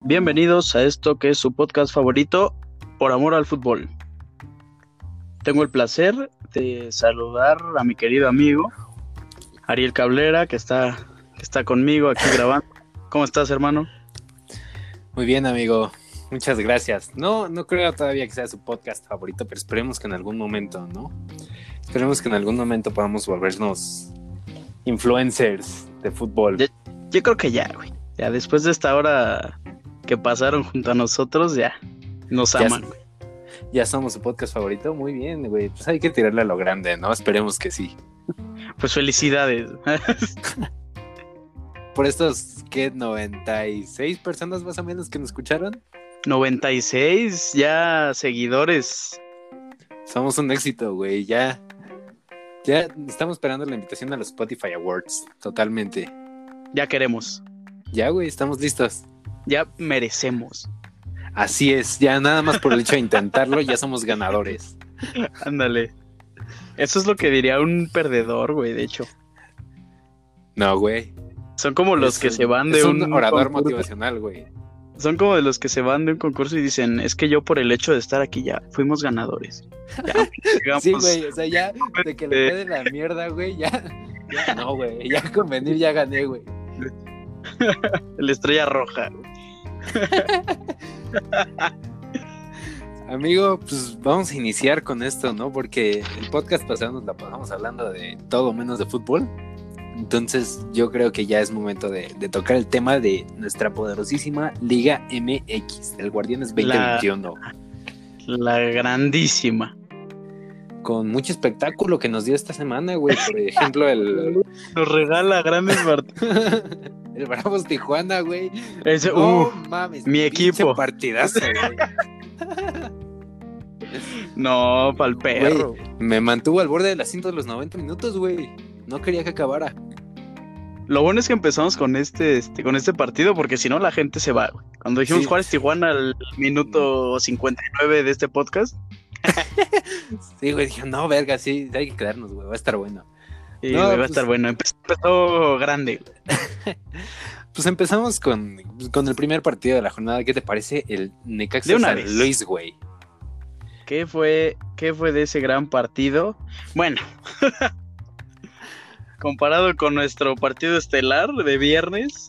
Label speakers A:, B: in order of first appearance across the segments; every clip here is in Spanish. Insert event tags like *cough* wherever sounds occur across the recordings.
A: Bienvenidos a esto que es su podcast favorito, Por Amor al Fútbol. Tengo el placer de saludar a mi querido amigo, Ariel Cablera, que está, que está conmigo
B: *laughs*
A: aquí grabando. ¿Cómo estás, hermano?
B: Muy bien, amigo. Muchas gracias. No, no creo todavía que sea su podcast favorito, pero esperemos que en algún momento, ¿no? Esperemos que en algún momento podamos volvernos influencers de fútbol.
A: Yo, yo creo que ya, güey. Ya después de esta hora que pasaron junto a nosotros, ya nos
B: Ya
A: aman,
B: sé.
A: güey.
B: Ya somos su podcast favorito. Muy bien, güey. Pues hay que tirarle a lo grande, ¿no? Esperemos que sí.
A: Pues felicidades. *laughs*
B: Por estos, ¿qué? 96 personas más o menos que nos escucharon.
A: 96 ya seguidores.
B: Somos un éxito, güey. Ya. Ya estamos esperando la invitación a los Spotify Awards. Totalmente.
A: Ya queremos.
B: Ya, güey, estamos listos.
A: Ya merecemos.
B: Así es, ya nada más por el hecho de intentarlo, ya somos ganadores.
A: Ándale. Eso es lo que diría un perdedor, güey, de hecho.
B: No, güey.
A: Son como los
B: Es
A: que
B: un-
A: se van de
B: es un, orador
A: concurso-
B: motivacional, güey.
A: Son como de los que se van de un concurso y dicen, es que yo por el hecho de estar aquí ya fuimos ganadores. Ya, llegamos.
B: *laughs* Sí, güey, o sea, ya de que
A: eh,
B: le quede la mierda, güey, ya, ya no, güey, ya con venir ya gané, güey.
A: La estrella roja. güey.
B: Amigo, pues vamos a iniciar con esto, ¿no? Porque el podcast pasado nos la pasamos hablando de todo menos de fútbol. Entonces yo creo que ya es momento de, de tocar el tema de nuestra poderosísima Liga MX, el Guardianes
A: La-
B: 2021.
A: La grandísima.
B: Con mucho espectáculo que nos dio esta semana, güey. Por
A: *laughs*
B: ejemplo, el,
A: Nos regala grandes partidos.
B: el Bravos Tijuana, güey.
A: Ese-
B: No
A: uf,
B: mames,
A: mi
B: pinche
A: equipo.
B: Partidazo, güey.
A: *laughs* no, pa'l perro.
B: Güey, me mantuvo al borde del asiento de los 90 minutos, güey. No quería que acabara.
A: Lo bueno es que empezamos con este, este- con este partido, porque si no la gente se va. güey. Cuando dijimos
B: Sí.
A: Juárez Tijuana al minuto 59 de este podcast,
B: Sí, güey, dije, no, verga, sí, hay que quedarnos, güey, va a estar bueno.
A: y,
B: No,
A: güey, va a
B: pues-
A: estar bueno. Empezó, empezó grande. güey.
B: Pues empezamos con, con el primer partido de la jornada. ¿Qué te parece? El Necaxa
A: De una
B: San
A: vez.
B: Luis, güey.
A: ¿Qué fue, ¿Qué fue de ese gran partido? Bueno, *laughs* comparado con nuestro partido estelar de viernes,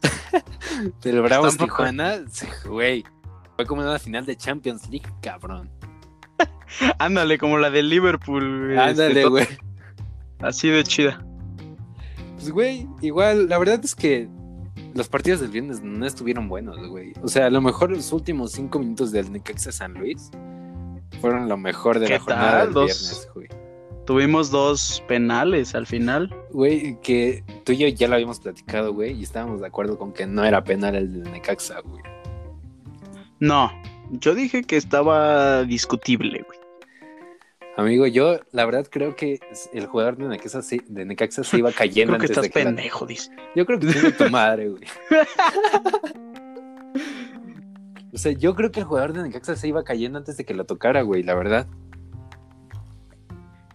A: *laughs*
B: Del Bravos
A: Tampoco.
B: Tijuana, güey. Fue como una final de Champions League, cabrón.
A: ándale, como la de Liverpool. güey,
B: Ándale,
A: este,
B: güey.
A: Así de chida.
B: Pues, güey, igual, la verdad es que los partidos del viernes no estuvieron buenos, güey. O sea, a lo mejor los últimos cinco minutos del Necaxa San Luis fueron lo mejor de
A: ¿Qué
B: la jornada
A: tal?
B: del
A: Dos-
B: viernes, güey.
A: Tuvimos dos penales al final.
B: Güey, que tú y yo ya lo habíamos platicado, güey, y estábamos de acuerdo con que no era penal el del Necaxa, güey.
A: No, yo dije que estaba discutible, güey.
B: Amigo, yo la verdad creo que el jugador de Necaxa se, de Necaxa se iba cayendo
A: Creo que
B: antes
A: estás
B: de que la-
A: pendejo, dice.
B: Yo creo que tiene tu madre, güey. O sea, yo creo que el jugador de Necaxa se iba cayendo antes de que lo tocara, güey, la verdad.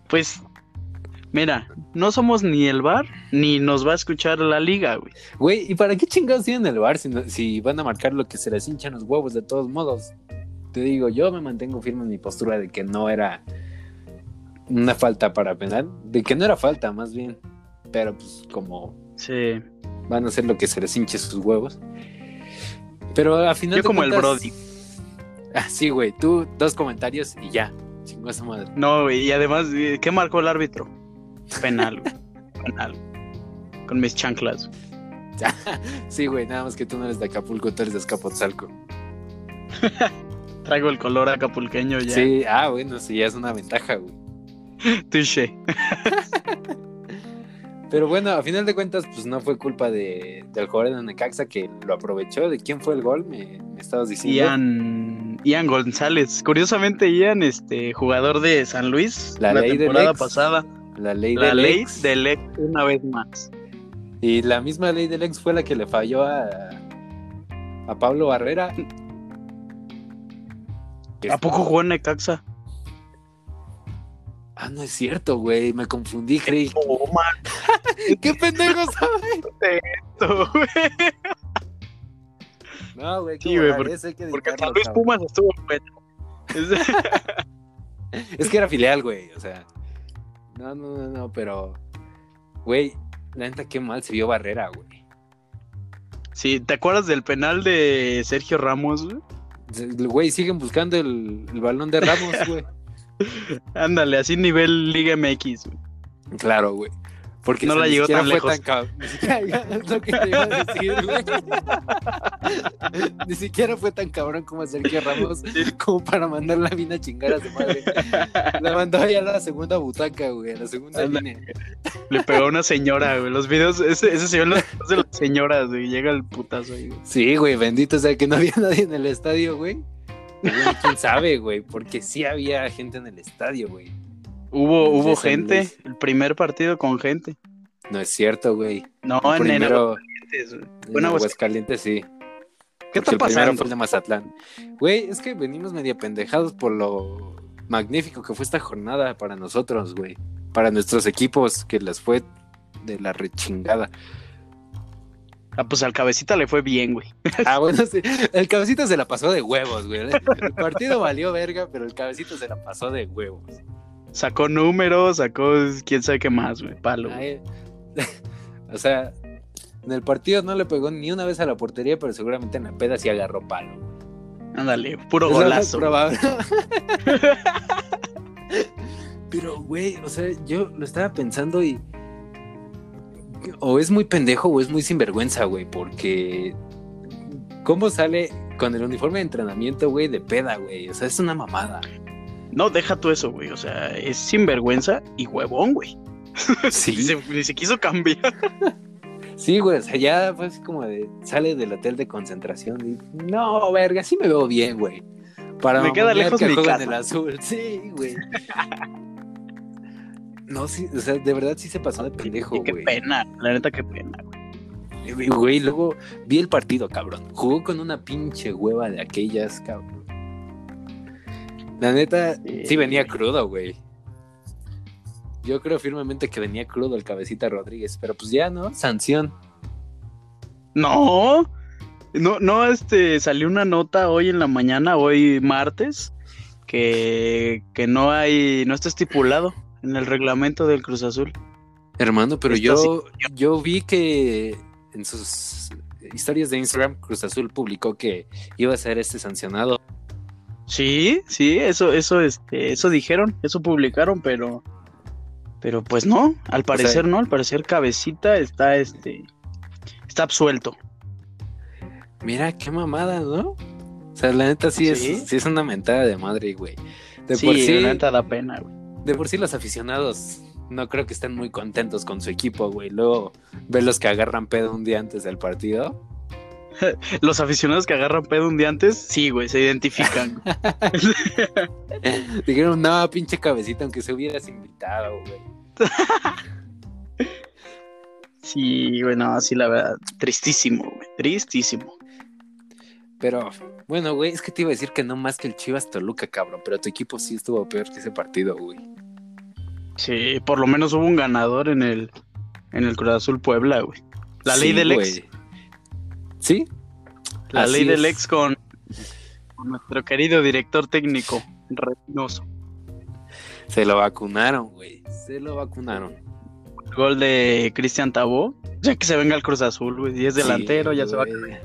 A: Pues, mira, no somos ni el bar ni nos va a escuchar la liga, güey.
B: Güey, ¿y para qué chingados tienen el bar si, no- si van a marcar lo que se les hinchan los huevos de todos modos? Te digo, yo me mantengo firme en mi postura de que no era una falta para penal, de que no era falta, más bien. Pero pues como
A: Sí.
B: van a hacer lo que se les hinche sus huevos. Pero al final.
A: Yo
B: de
A: como el
B: cuentas-
A: Brody.
B: *laughs* Ah, sí, güey. Tú dos comentarios y ya. Chingó a su madre.
A: No, güey, y además, eh, ¿qué marcó el árbitro? Penal, güey. Penal. Con mis chanclas.
B: Sí, güey. Nada más que tú no eres de Acapulco, tú eres de Escapotzalco.
A: Traigo el color acapulqueño ya. Sí.
B: Sí, ah, bueno, sí, ya es una ventaja, güey. Pero bueno, a final de cuentas, pues no fue culpa de, del jugador de Necaxa que lo aprovechó. ¿De quién fue el gol? Me, me estabas diciendo.
A: Ian, Ian González. Curiosamente, Ian, este jugador de San Luis,
B: La
A: la,
B: ley del
A: temporada
B: ex.
A: pasada.
B: La ley
A: La
B: del
A: ley
B: ex.
A: del ex una vez más.
B: Y la misma ley del ex fue la que le falló a, a Pablo Barrera. Que-
A: ¿A poco jugó en Necaxa?
B: Ah, no es cierto, güey. Me confundí,
A: *laughs*
B: creí.
A: Oh, *laughs*
B: ¡Qué pendejo, sabes!
A: manito, güey.
B: No, güey,
A: Sí, güey, porque- Porque San Luis Pumas estuvo bueno. Es-
B: Es que era filial, güey, o sea. No, no, no, no, pero. Güey, la neta, qué mal se vio Barrera, güey.
A: *laughs* Sí, ¿te acuerdas del penal de Sergio Ramos? güey?
B: Se- Güey, siguen buscando el, el balón de Ramos, güey.
A: Ándale, así nivel Liga MX. güey.
B: Claro, güey. Porque
A: No
B: o sea,
A: la
B: ni
A: llegó
B: siquiera
A: tan
B: fue
A: lejos.
B: cab- ni siquiera- es lo que te iba a decir, güey. *laughs* Ni siquiera fue tan cabrón como Sergio Ramos como para mandar la mina a chingar a su madre. La mandó ahí a la segunda butaca, güey, a la segunda
A: Anda.
B: línea.
A: Le pegó a una señora, güey. Los videos, ese, ese se ven los videos de las señoras, güey. Llega el putazo ahí, güey.
B: Sí, güey, bendito sea que no había *laughs* nadie en el estadio, güey. Güey, ¿Quién sabe, güey? Porque sí había gente en el estadio, güey.
A: Hubo, hubo
B: Sí, San
A: gente,
B: Luis.
A: el primer partido con gente.
B: No es cierto, güey.
A: No,
B: El
A: en en
B: primero,
A: Aguascalientes, güey.
B: en
A: Bueno, pues-
B: Aguascalientes, sí.
A: ¿Qué
B: Porque
A: está
B: el primero
A: pasando?
B: fue el de Mazatlán. Güey, es que venimos medio pendejados por lo magnífico que fue esta jornada para nosotros, güey. Para nuestros equipos, que las fue de
A: *laughs*
B: la rechingada.
A: Ah, pues al cabecita le fue bien, güey.
B: Ah, bueno, sí. El cabecito se la pasó de huevos, güey. El partido valió verga, pero el cabecito se la pasó de huevos.
A: Sacó números, sacó quién sabe qué más, güey. Palo. güey.
B: Ay, *laughs* o sea, en el partido no le pegó ni una vez a la portería, pero seguramente en la peda sí agarró palo.
A: Ándale, puro
B: Es lo más
A: golazo.
B: probable. *laughs* pero, güey, o sea, yo lo estaba pensando y... O es muy pendejo o es muy sinvergüenza, güey, porque... ¿Cómo sale con el uniforme de entrenamiento, güey, de peda, güey? O sea, es una mamada.
A: No, deja tú eso, güey. O sea, es sinvergüenza y huevón, güey. Ni se, ni se quiso cambiar.
B: Sí, güey, o sea, ya fue así como de. Sale del hotel de concentración y. No, verga, sí me veo bien, güey. Para
A: Me queda
B: mamonear
A: lejos
B: que
A: mi
B: juego en
A: casa.
B: el azul. Sí, güey. No, sí, o sea, de verdad sí se pasó de pendejo,
A: Y *laughs* qué
B: güey.
A: pena, la neta, qué pena. güey.
B: Eh, Güey, luego vi el partido, cabrón. Jugó con una pinche hueva de aquellas, cabrón. La neta,
A: Sí,
B: sí venía
A: güey.
B: crudo, güey. Yo creo firmemente que venía crudo el cabecita Rodríguez, pero pues ya, ¿no? Sanción.
A: No, no, no, este, salió una nota hoy en la mañana, hoy martes, que, que no hay, no está estipulado en el reglamento del Cruz Azul.
B: Hermano, pero
A: Esta
B: yo, yo vi que en sus historias de Instagram Cruz Azul publicó que iba a ser este sancionado.
A: Sí, sí, eso, eso, este, eso dijeron, eso publicaron, pero, pero pues no, al parecer no, al parecer cabecita está, este, está absuelto.
B: Mira, qué mamada, ¿no? O sea, la neta sí,
A: Sí.
B: Es, sí es una mentada de madre, güey. De,
A: sí,
B: por sí,
A: la neta da pena, güey.
B: de por sí los aficionados no creo que estén muy contentos con su equipo, güey. Luego ver los que agarran pedo un día antes del partido.
A: Los aficionados que agarran pedo un día antes, sí, güey, se
B: *laughs*
A: identifican.
B: Dijeron, no, pinche cabecita, aunque se hubieras invitado, güey.
A: sí, güey, no, sí, la verdad, tristísimo, güey, tristísimo.
B: Pero bueno, güey, es que te iba a decir que no más que el Chivas Toluca, cabrón. Pero tu equipo sí estuvo peor que ese partido, güey.
A: Sí, por lo menos hubo un ganador en el, en el Cruz Azul Puebla, güey. La ley
B: Sí,
A: del ex,
B: güey. Sí,
A: la
B: así
A: ley del
B: es.
A: ex con, con nuestro querido director técnico, Reynoso.
B: se lo vacunaron, güey. Se lo vacunaron.
A: gol de Cristian Tabó. Ya que se venga el Cruz Azul, güey. Y es delantero,
B: Sí,
A: ya se va.
B: güey.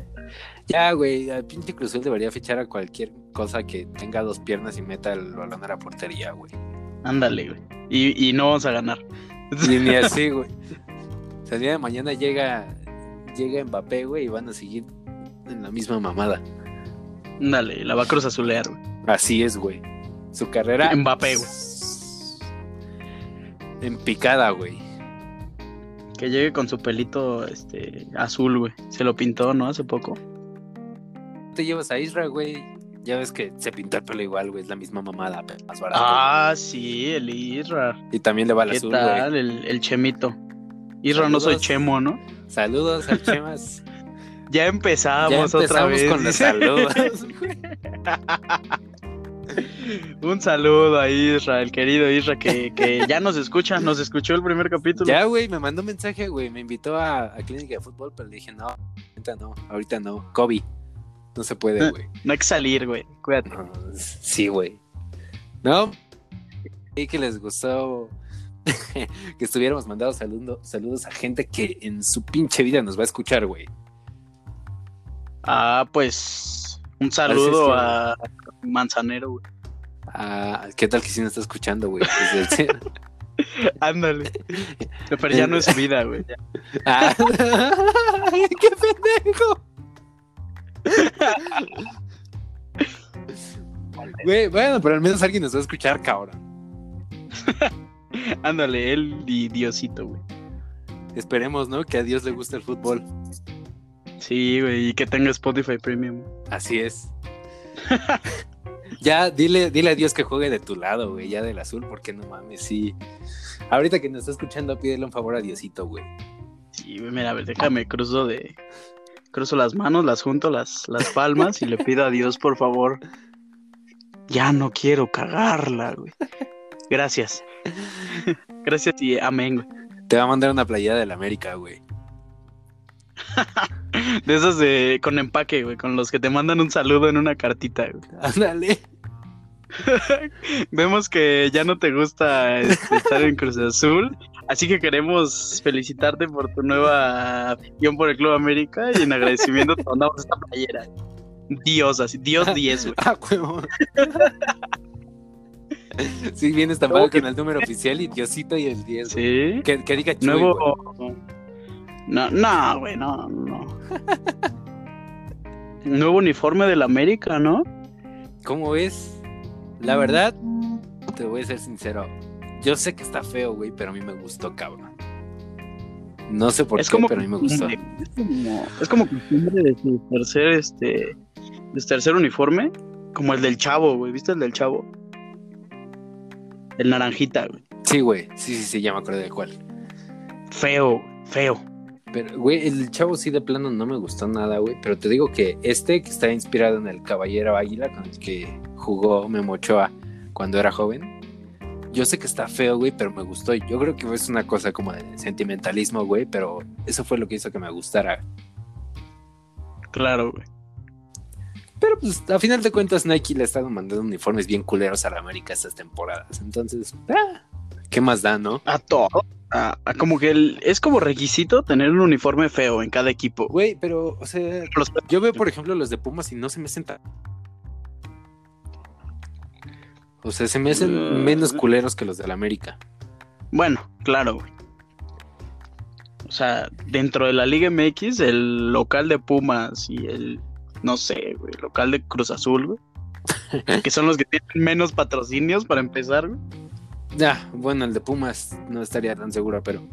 B: Ya, güey, al pinche Cruzul debería fichar a cualquier cosa que tenga dos piernas y meta el balón a la portería, güey.
A: Ándale, güey. Y, y no vamos a ganar.
B: Y ni
A: *laughs*
B: así, güey. O sea, el día de mañana llega, llega Mbappé, güey, y van a seguir en la misma mamada.
A: Ándale, la va a Cruz Azulear, güey.
B: Así es, güey. Su carrera.
A: Mbappé, güey.
B: En picada, güey.
A: Que llegue con su pelito este, azul, güey. Se lo pintó, ¿no? Hace poco.
B: Te llevas a Israel, güey. Ya ves que se pintó el pelo igual, güey. Es la misma mamada, pero más barato.
A: Ah, sí, el Isra.
B: Y también le va al
A: ¿Qué
B: azul, güey.
A: tal? El, el Chemito. Isra, no soy
B: Saludos.
A: Chemo, ¿no?
B: Saludos
A: *laughs*
B: al Chemas.
A: Ya
B: ya
A: empezamos, otra
B: empezamos
A: vez.
B: con los
A: dice.
B: saludos.
A: *laughs* Un saludo a Isra, el querido Isra, que, que ya nos escucha, nos escuchó el primer capítulo.
B: ya, güey, me mandó un mensaje, güey. Me invitó a, a clínica de fútbol, pero le dije, no, ahorita no, ahorita no. Kobe. No
A: *laughs*
B: se puede, güey.
A: No hay que salir, güey. Cuídate.
B: No, sí, güey. ¿No? Y que les gustó *laughs* que estuviéramos mandando saludo- saludos a gente que en su pinche vida nos va a escuchar, güey.
A: Ah, pues. Un
B: Así es
A: saludo
B: que-
A: a Manzanero, güey.
B: Ah, ¿Qué tal que sí nos está escuchando, güey? Pues, *laughs* este, Desde el-
A: Ándale. Pero ya no es vida, güey. ya.
B: Ah. ¡Qué pendejo! Güey, bueno, pero al menos alguien nos va a escuchar, cabrón.
A: Ándale, él y Diosito, güey.
B: Esperemos, ¿no? Que a Dios le guste el fútbol.
A: Sí, güey, y que tenga Spotify Premium.
B: Así es. ya, dile, dile a Dios que juegue de tu lado, güey, ya del azul, porque no mames, sí. Ahorita que nos está escuchando, pídele un favor a Diosito, güey.
A: Sí, güey, mira, a ver, déjame, cruzo de. Cruzo las manos, las junto, las, las palmas y le pido a Dios, por favor. Ya no quiero cagarla, güey. Gracias. *laughs* Gracias y amén, güey.
B: Te va a mandar una playera del América, güey.
A: De esos de con empaque, güey, con los que te mandan un saludo en una cartita, güey.
B: Ándale. *laughs*
A: Vemos que ya no te gusta este, estar en Cruz Azul, así que queremos felicitarte por tu nueva afición por el Club América y en agradecimiento te mandamos esta playera. Dios, así, Dios 10, güey.
B: Ah, huevo. sí, vienes estampado con el número oficial y Diosito y el 10. güey.
A: Sí.
B: Que, que diga Chuy, güey.
A: Nuevo. No, no, güey, no, no. *laughs* Nuevo uniforme del América, ¿no?
B: ¿Cómo ves?
A: Mm.
B: La verdad, te voy a ser sincero. Yo sé que está feo, güey, pero a mí me gustó, cabrón. No sé por
A: es
B: qué,
A: como
B: pero a mí me gustó.
A: Es como, es como costumbre de su tercer, este, de su tercer uniforme, como el del chavo, güey. ¿Viste el del chavo? El naranjita, güey.
B: Sí, güey. Sí, sí, sí, ya me acordé de cuál.
A: Feo, feo.
B: Pero, güey, el chavo sí de plano no me gustó nada, güey. Pero te digo que este, que está inspirado en el Caballero Águila, con el que jugó Memo Ochoa cuando era joven. Yo sé que está feo, güey, pero me gustó. Yo creo que es una cosa como de sentimentalismo, güey, pero eso fue lo que hizo que me gustara.
A: Claro, güey.
B: Pero pues, a final de cuentas, Nike le ha estado mandando uniformes bien culeros a la América estas temporadas. Entonces, ah, ¿qué más da, no?
A: A todo. A- a como que el, es como requisito tener un uniforme feo en cada equipo. güey.
B: Güey, pero, o sea,
A: Los-
B: yo veo, por ejemplo, los de Pumas y no se me hacen tan. O sea, se me hacen
A: Mm.
B: menos culeros que los del América.
A: Bueno, claro, güey. O sea, dentro de la Liga MX, el local de Pumas y el, no sé, güey, local de Cruz Azul, güey. que son los que tienen menos patrocinios para empezar, güey.
B: Ah, bueno, el de Pumas no estaría tan seguro,
A: *laughs*
B: pero.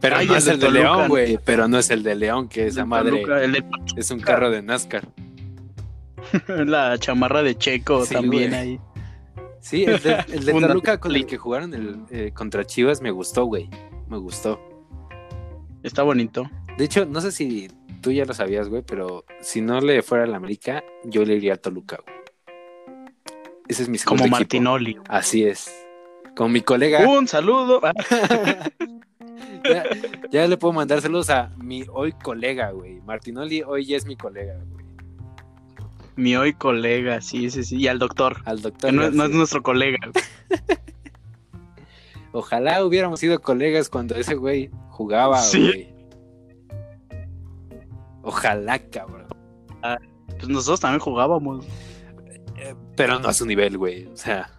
B: Pero
A: Ay,
B: no
A: el
B: es
A: de
B: el de
A: Toluca,
B: León,
A: ¿no?
B: güey. Pero no es el de León, que esa
A: El
B: madre
A: Toluca, el de-
B: es un carro de NASCAR.
A: la chamarra de Checo
B: Sí,
A: también
B: güey.
A: ahí.
B: Sí, el de,
A: *laughs*
B: el de
A: Una
B: Toluca con el
A: peli.
B: que jugaron el, eh, contra Chivas me gustó, güey. Me gustó.
A: Está bonito.
B: De hecho, no sé si tú ya lo sabías, güey, pero si no le fuera al América, yo le iría a Toluca, güey. Ese es mi segundo
A: Como
B: equipo.
A: Martinoli.
B: Así es. Con mi colega.
A: Un saludo. Ah,
B: ya, ya le puedo mandar saludos a mi hoy colega, güey. Martinoli hoy ya es mi colega, güey.
A: mi hoy colega, sí, sí, sí. Y al doctor.
B: Al doctor.
A: que no, es- no es
B: García.
A: nuestro colega. güey.
B: Ojalá hubiéramos sido colegas cuando ese güey jugaba,
A: Sí.
B: güey. Ojalá, cabrón.
A: Pues nosotros también jugábamos.
B: Eh, pero no a su nivel, güey. O sea.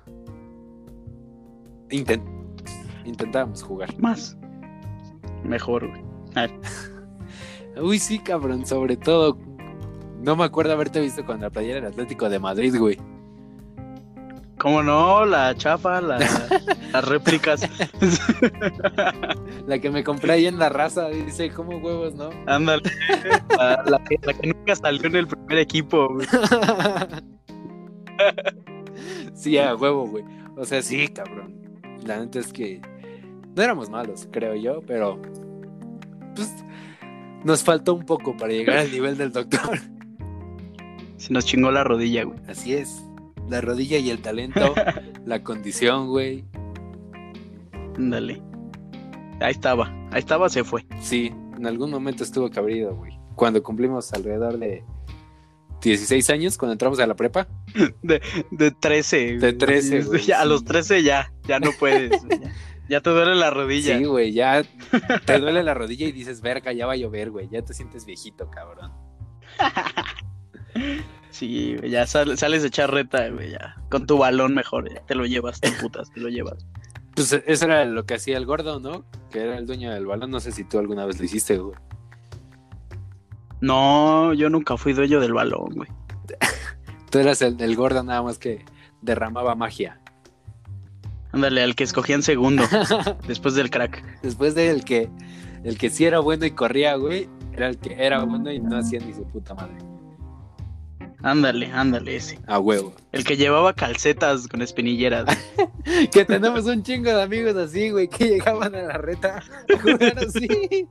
B: Intent intentábamos jugar.
A: Más. Mejor, güey.
B: Uy, sí, cabrón, sobre todo. No me acuerdo haberte visto con la playera del Atlético de Madrid, güey.
A: ¿Cómo no? La chafa, la- las réplicas. *laughs*
B: La que me compré ahí en la raza, dice, ¿cómo huevos, no?
A: Ándale. La, la que, la que nunca salió en el primer equipo. güey.
B: sí, a huevo, güey. O sea, sí, cabrón. La neta es que no éramos malos, creo yo, pero pues nos faltó un poco para llegar al nivel del doctor. *laughs*
A: Se nos chingó la rodilla, güey.
B: Así es. La rodilla y el talento, la condición, güey.
A: Ándale. Ahí estaba. Ahí estaba, se fue.
B: Sí, en algún momento estuvo cabrido, güey. cuando cumplimos alrededor de 16 años, cuando entramos a la prepa.
A: De 13. *laughs*
B: De 13, güey,
A: Ya, A
B: sí.
A: los 13 ya, ya no puedes. ya, ya te duele la rodilla.
B: Sí, güey, *laughs* ya te duele la rodilla y dices, verga, ya va a llover, güey, ya te sientes viejito, cabrón.
A: Sí, güey, ya sal- sales de charreta, güey, ya. Con tu balón mejor, ya, te lo llevas, te putas, te lo llevas.
B: Pues eso era lo que hacía el gordo, ¿no? Que era el dueño del balón, no sé si tú alguna vez lo hiciste, güey.
A: No, yo nunca fui dueño del balón, güey.
B: Tú eras el, el gordo nada más que derramaba magia.
A: Ándale, al que escogían
B: *laughs*
A: segundo, después del crack.
B: Después del que el que sí era bueno y corría, güey, era el que era bueno y no hacía ni su puta madre.
A: Ándale, ándale, ese.
B: A huevo.
A: El que llevaba calcetas con espinilleras.
B: *laughs* Que tenemos un chingo de amigos así, güey, que llegaban a la reta *laughs* a jugar así.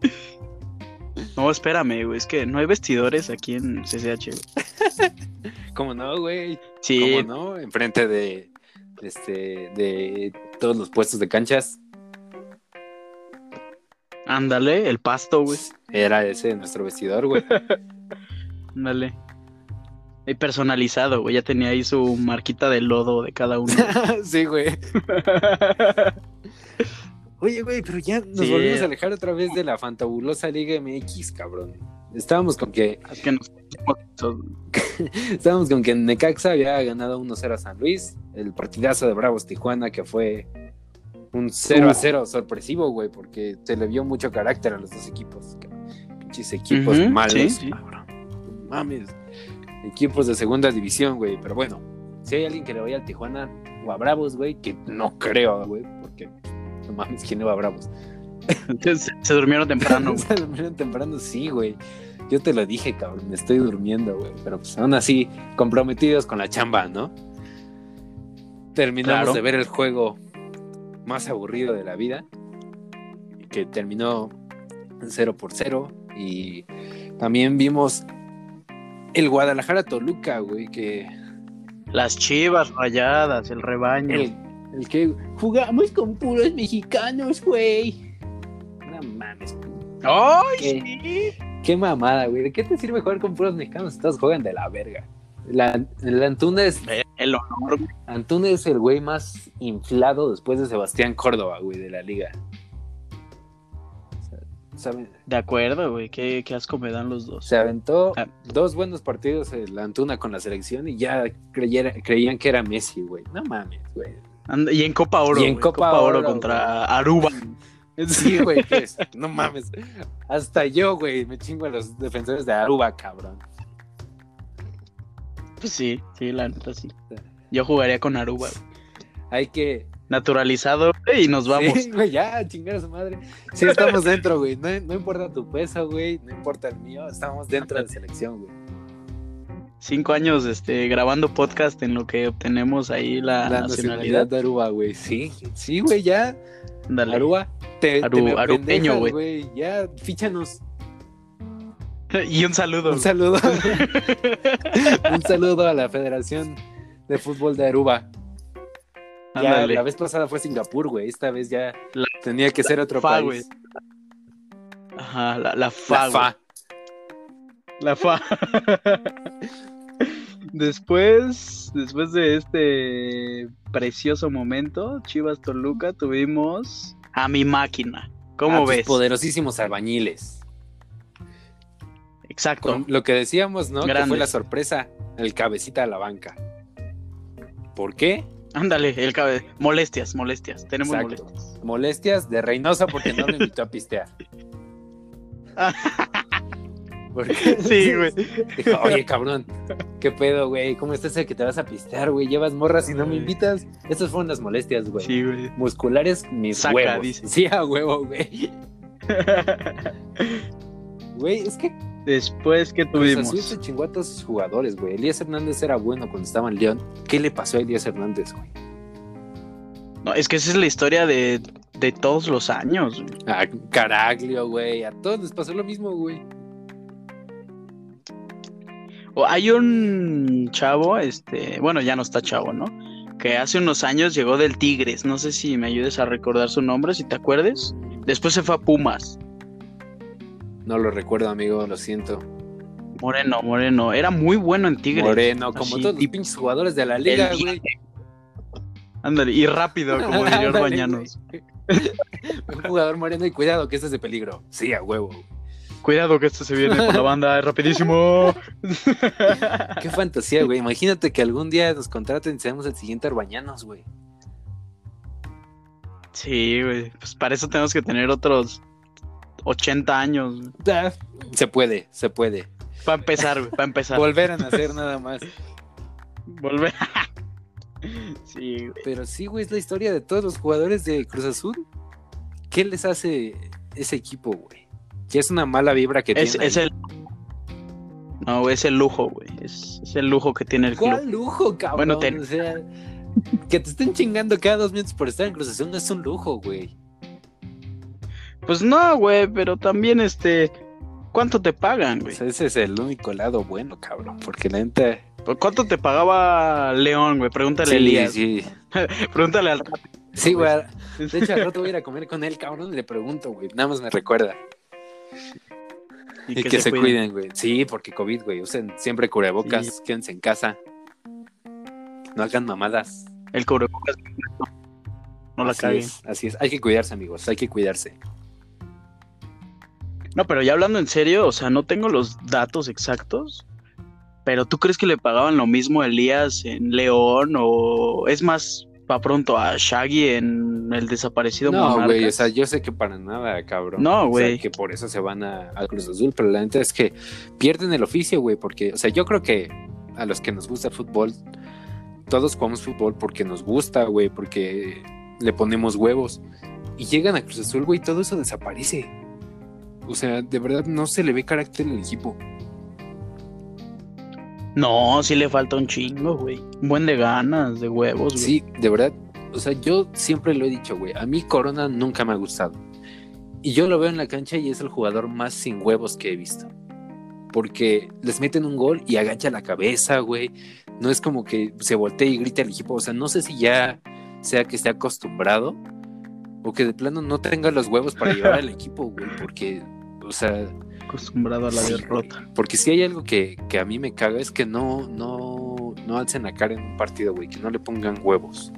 A: No, espérame, güey, es que no hay vestidores aquí en CCH, güey.
B: ¿Cómo no, güey?
A: Sí,
B: ¿Cómo no? Enfrente de este de todos los puestos de canchas.
A: ándale, el pasto, güey.
B: Era ese nuestro vestidor, güey.
A: Ándale. Y personalizado, güey, ya tenía ahí su marquita de lodo de cada
B: *laughs*
A: uno.
B: *laughs* sí, güey. Oye, güey, pero ya nos
A: Sí.
B: volvimos a alejar otra vez de la fantabulosa Liga MX, cabrón. Estábamos con que
A: Así que nos pusimos esos-
B: estábamos con que Necaxa había ganado 1-0 a San Luis, el partidazo de Bravos Tijuana que fue un 0 a 0 sorpresivo, güey, porque se le vio mucho carácter a los dos equipos. ca- Pinches equipos
A: Ujú,
B: malos,
A: sí, sí.
B: cabrón. No Mames. Equipos de segunda división, güey, pero bueno, si hay alguien que le vaya al Tijuana o a Bravos, güey, que no creo, güey, porque no mames, ¿quién le va a Bravos?
A: Entonces, se durmieron temprano, güey.
B: *laughs* Se durmieron temprano, sí, güey. Yo te lo dije, cabrón, me estoy durmiendo, güey. Pero pues aún así, comprometidos con la chamba, ¿no? Terminamos
A: Claro.
B: de ver el juego más aburrido de la vida, que terminó 0 por 0. Y también vimos el Guadalajara-Toluca, güey, que...
A: Las chivas rayadas, el rebaño.
B: El, el que jugamos con puros mexicanos, güey. No mames,
A: ¡Ay,
B: ¿Qué?
A: sí!
B: Qué mamada, güey. ¿De qué te sirve jugar con puros mexicanos si todos juegan de la verga? La, el Antunes,
A: Eh, El honor. güey.
B: Antunes es el güey más inflado después de Sebastián Córdoba, güey, de la liga. O sea, ¿saben?
A: De acuerdo, güey. Qué, qué asco me dan los dos.
B: Se aventó
A: Ah.
B: dos buenos partidos el Antuna con la selección y ya creyera- creían que era Messi, güey. No mames, güey.
A: And- y en Copa Oro.
B: Y en
A: güey,
B: Copa Oro,
A: contra Aruba.
B: Sí, güey, que es- no mames. Hasta yo, güey, me chingo a los defensores de Aruba, cabrón.
A: Pues sí, sí, la neta sí. Yo jugaría con Aruba. güey.
B: Hay que
A: Naturalizado güey, y nos vamos.
B: Sí, güey, ya, a chingar a su madre. Sí, estamos dentro, güey. No, no importa tu peso, güey. No importa el mío. Estamos dentro de la selección, güey.
A: Cinco años este, grabando podcast en lo que obtenemos ahí la,
B: la nacionalidad
A: nacionalidad.
B: de Aruba, güey. Sí, sí, güey, ya.
A: Dale.
B: Aruba. Te, te
A: Aru-
B: me
A: arupeño,
B: pendejas,
A: güey.
B: güey. Ya, fíchanos.
A: *laughs* Y un saludo. *laughs*
B: Un saludo. Un saludo a la Federación de Fútbol de Aruba. Ya,
A: Ándale.
B: la vez pasada fue Singapur, güey. Esta vez ya
A: La-
B: tenía que ser otro
A: Fa,
B: país.
A: Ajá, la, la
B: La
A: fa. güey. La fa. *laughs* después, después de este precioso momento, Chivas Toluca, tuvimos a mi máquina.
B: A
A: ¿Cómo
B: tus
A: ves?
B: Ah, pues, Poderosísimos albañiles.
A: Exacto.
B: Con lo que decíamos, ¿no? Que fue
A: Grandes.
B: la sorpresa, el cabecita de la banca. ¿Por qué?
A: Ándale, el cabe. Molestias, molestias. Tenemos
B: Exacto.
A: molestias.
B: Molestias de Reynosa porque no lo invitó a pistear. Porque-
A: *laughs* Sí,
B: *laughs*
A: güey.
B: Dijo, oye, cabrón, ¿qué pedo, güey? ¿Cómo estás el que te vas a pistear, güey? Llevas morras y no me
A: Ay.
B: invitas. Estas fueron las molestias, güey.
A: Sí, güey. *laughs*
B: Musculares, mis
A: Saca,
B: huevos.
A: dice.
B: Sí, a huevo, güey. Güey, es que
A: Después que
B: Cruz Azul
A: tuvimos.
B: Pues se chingó a todos sus jugadores, güey. Elías Hernández era bueno cuando estaba en León. ¿Qué le pasó a Elías Hernández, güey?
A: No, es que esa es la historia de, de todos los años. güey.
B: A Caraglio, güey. A todos les pasó lo mismo, güey.
A: O hay un chavo, este, bueno, ya no está chavo, ¿no? Que hace unos años llegó del Tigres. No sé si me ayudes a recordar su nombre, si te acuerdes. Después se fue a Pumas.
B: No lo recuerdo, amigo, lo siento.
A: Moreno, Moreno. Era muy bueno en Tigres.
B: Moreno, como
A: Así,
B: todos los
A: tipo
B: pinches jugadores de la
A: el
B: liga, güey.
A: diente. Ándale, y
B: *laughs*
A: rápido, como diría
B: Ándale,
A: Orbañanos.
B: güey. Un jugador moreno y cuidado que este es de peligro. Sí, a huevo.
A: Cuidado que esto se viene
B: *laughs*
A: por la banda, es rapidísimo.
B: Qué fantasía, güey. Imagínate que algún día nos contraten y seamos el siguiente Arbañanos, güey.
A: Sí, güey. Pues para eso tenemos que tener otros 80 años. güey.
B: Ah, Se puede, se puede.
A: Para empezar, güey. Para empezar.
B: Volver a nacer nada más.
A: Volver. *laughs* sí, güey.
B: Pero sí, güey, es la historia de todos los jugadores de Cruz Azul. ¿Qué les hace ese equipo, güey? Ya es una mala vibra que
A: Es,
B: tiene.
A: es el. No, güey, es el lujo, güey. Es, es el lujo que tiene el club.
B: ¿Cuál lujo, cabrón?
A: Bueno, ten-
B: O sea, que te estén chingando cada dos minutos por estar en Cruz Azul no es un lujo, güey.
A: Pues no, güey, pero también este. ¿Cuánto te pagan,
B: O
A: güey?
B: sea, ese es el único lado bueno, cabrón. Porque la neta.
A: ¿Cuánto te pagaba León, güey? Pregúntale a Elías.
B: sí.
A: Pregúntale al
B: Sí, güey.
A: Pues-
B: De hecho, al rato voy a ir a comer con él, cabrón, y le pregunto, güey. Nada más me recuerda. Y, que, se,
A: cuide.
B: cuiden, güey. Sí, porque COVID, güey. Usen siempre cubrebocas, quédense en casa. No hagan mamadas.
A: El cubrebocas. No la
B: así
A: caguen.
B: es, así es. Hay que cuidarse, amigos. Hay que cuidarse.
A: No, pero ya hablando en serio, o sea, no tengo los datos exactos. Pero ¿tú crees que le pagaban lo mismo a Elías en León o es más pa' pronto a Shaggy en el desaparecido
B: No,
A: Monarcas?
B: güey. O sea, yo sé que para nada, cabrón.
A: No,
B: O sea,
A: güey.
B: que por eso se van a, a Cruz Azul. Pero la neta es que pierden el oficio, güey. Porque, o sea, yo creo que a los que nos gusta el fútbol, todos jugamos fútbol porque nos gusta, güey. Porque le ponemos huevos. Y llegan a Cruz Azul, güey. Todo eso desaparece. O sea, de verdad no se le ve carácter al equipo.
A: No, sí le falta un chingo, güey. Un buen de ganas, de huevos, güey.
B: Sí, de verdad. O sea, yo siempre lo he dicho, güey. A mí Corona nunca me ha gustado. Y yo lo veo en la cancha y es el jugador más sin huevos que he visto. Porque les meten un gol y agacha la cabeza, güey. No es como que se voltee y grite al equipo. O sea, no sé si ya sea que esté acostumbrado o que de plano no tenga los huevos para llevar al equipo, güey. Porque, o sea,
A: Acostumbrado a la
B: Sí,
A: derrota.
B: porque si hay algo que, que a mí me caga es que no, no, no alcen la cara en un partido, güey. Que no le pongan huevos.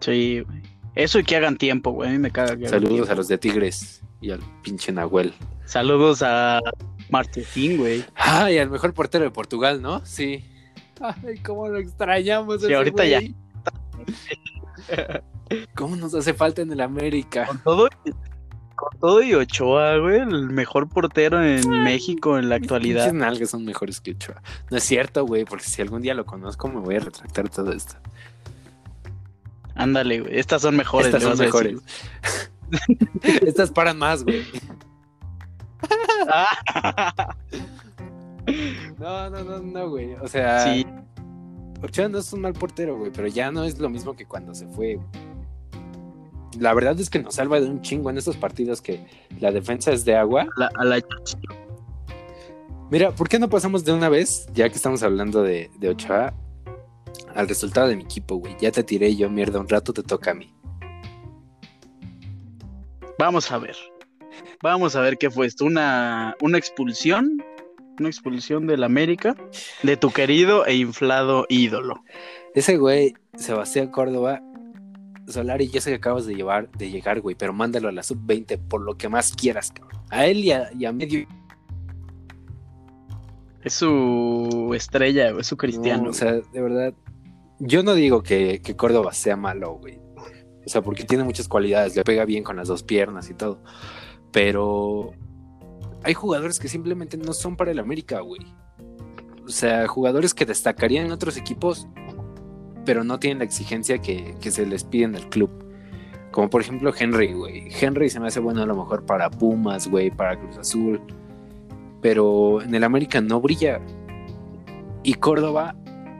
A: Sí, güey. Eso y que hagan tiempo, güey. A mí me caga que hagan
B: Saludos
A: tiempo.
B: a los de Tigres y al pinche Nahuel.
A: Saludos a Martín, güey.
B: Ay, al mejor portero de Portugal, ¿no? Sí. Ay, cómo lo extrañamos.
A: Sí,
B: ese
A: ahorita ya.
B: güey. *laughs* ¿Cómo nos hace falta en el América?
A: Con todo, con todo y Ochoa, güey, el mejor portero en México en *laughs* la actualidad.
B: Pinches nalgas son mejores que Ochoa. No es cierto, güey, porque si algún día lo conozco me voy a retractar todo esto.
A: Ándale, güey. Estas son mejores.
B: Estas
A: le
B: son
A: vas a decir.
B: mejores. *laughs* Estas paran más,
A: *laughs*
B: güey.
A: Ah,
B: No, no, no, no, güey. O sea,
A: sí,
B: Ochoa no es un mal portero, güey, pero ya no es lo mismo que cuando se fue. La verdad es que nos salva de un chingo en estos partidos que la defensa es de agua.
A: la- a la-
B: Mira, ¿por qué no pasamos de una vez, ya que estamos hablando de, de Ochoa, al resultado de mi equipo, güey? Ya te tiré yo mierda un rato, te toca a mí.
A: Vamos a ver. Vamos a ver qué fue esto. Una, una expulsión. Una expulsión del América. De tu querido e inflado ídolo.
B: Ese güey, Sebastián Córdoba, Solari, yo sé que acabas de, llevar, de llegar, güey, pero mándalo a la sub-20 por lo que más quieras, cabrón. A él y a, y a medio
A: Es su estrella, güey, es su cristiano.
B: No, o sea, de verdad, yo no digo que, que Córdoba sea malo, güey. O sea, porque tiene muchas cualidades, le pega bien con las dos piernas y todo. Pero hay jugadores que simplemente no son para el América, güey. O sea, jugadores que destacarían en otros equipos, pero no tienen la exigencia que, que se les pide en el club. Como por ejemplo Henry, güey. Henry se me hace bueno a lo mejor para Pumas, güey, para Cruz Azul. Pero en el América no brilla. Y Córdoba,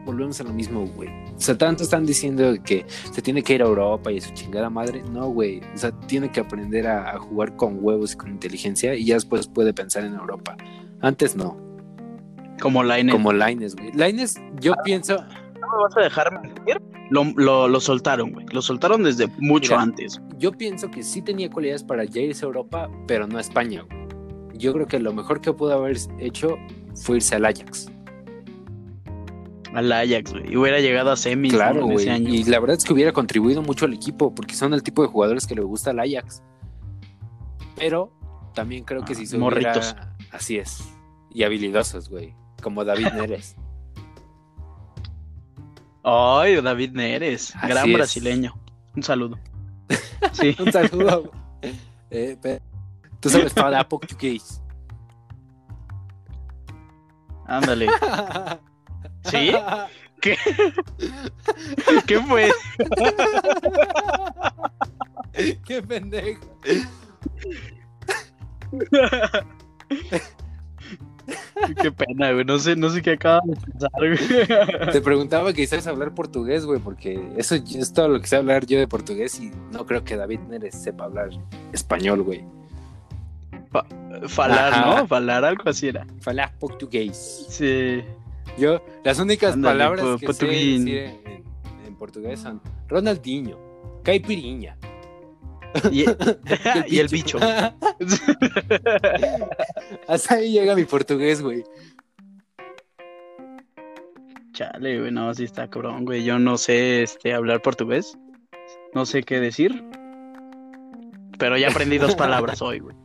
B: volvemos a lo mismo, güey. O sea, tanto están diciendo que se tiene que ir a Europa y a su chingada madre. No, güey. O sea, tiene que aprender a, a jugar con huevos y con inteligencia y ya después puede pensar en Europa. Antes no.
A: como la N.
B: Como Laines, güey. Laines, yo pienso.
A: ¿No me vas a dejar mentir? Lo, lo- lo soltaron, güey. Lo soltaron desde mucho
B: Mira.
A: antes.
B: Yo pienso que sí tenía cualidades para ya irse a Europa, pero no a España, güey. yo creo que lo mejor que pudo haber hecho fue irse al Ajax.
A: Al Ajax, güey. Y hubiera llegado a semis ¿no?
B: Claro,
A: en
B: güey.
A: ese año.
B: Y la verdad es que hubiera contribuido mucho al equipo, porque son el tipo de jugadores que le gusta al Ajax. Pero también creo que
A: Ah,
B: si se
A: morritos.
B: hubiera- Así es. Y habilidosos, güey. Como
A: *laughs*
B: David Neres.
A: Ay, David Neres,
B: Así
A: gran
B: es.
A: brasileño. Un saludo. Sí,
B: Un saludo. Eh, pe- Tú sabes falar portugués. *laughs*
A: ándale. *laughs* ¿Sí? *laughs* ¿Qué fue?
B: Qué pendejo.
A: Qué pena, güey. No sé, no sé qué acaba de pensar, güey.
B: Te preguntaba que sabes hablar portugués, güey, porque eso es todo lo que sé hablar yo de portugués y no creo que David Neres sepa hablar español, güey.
A: Falar,
B: Ajá.
A: ¿no? Falar, algo así era.
B: Falar portugués.
A: Sí.
B: Yo, las únicas
A: Ándale,
B: palabras
A: po-
B: que
A: portuguín.
B: sé decir en, en- en portugués son Ronaldinho, Caipiriña.
A: Y, *laughs* y el bicho.
B: *laughs* Hasta ahí llega mi portugués, güey.
A: Chale, güey, no, sí está cabrón, güey. Yo no sé este, hablar portugués. No sé qué decir. Pero ya aprendí dos palabras hoy, güey.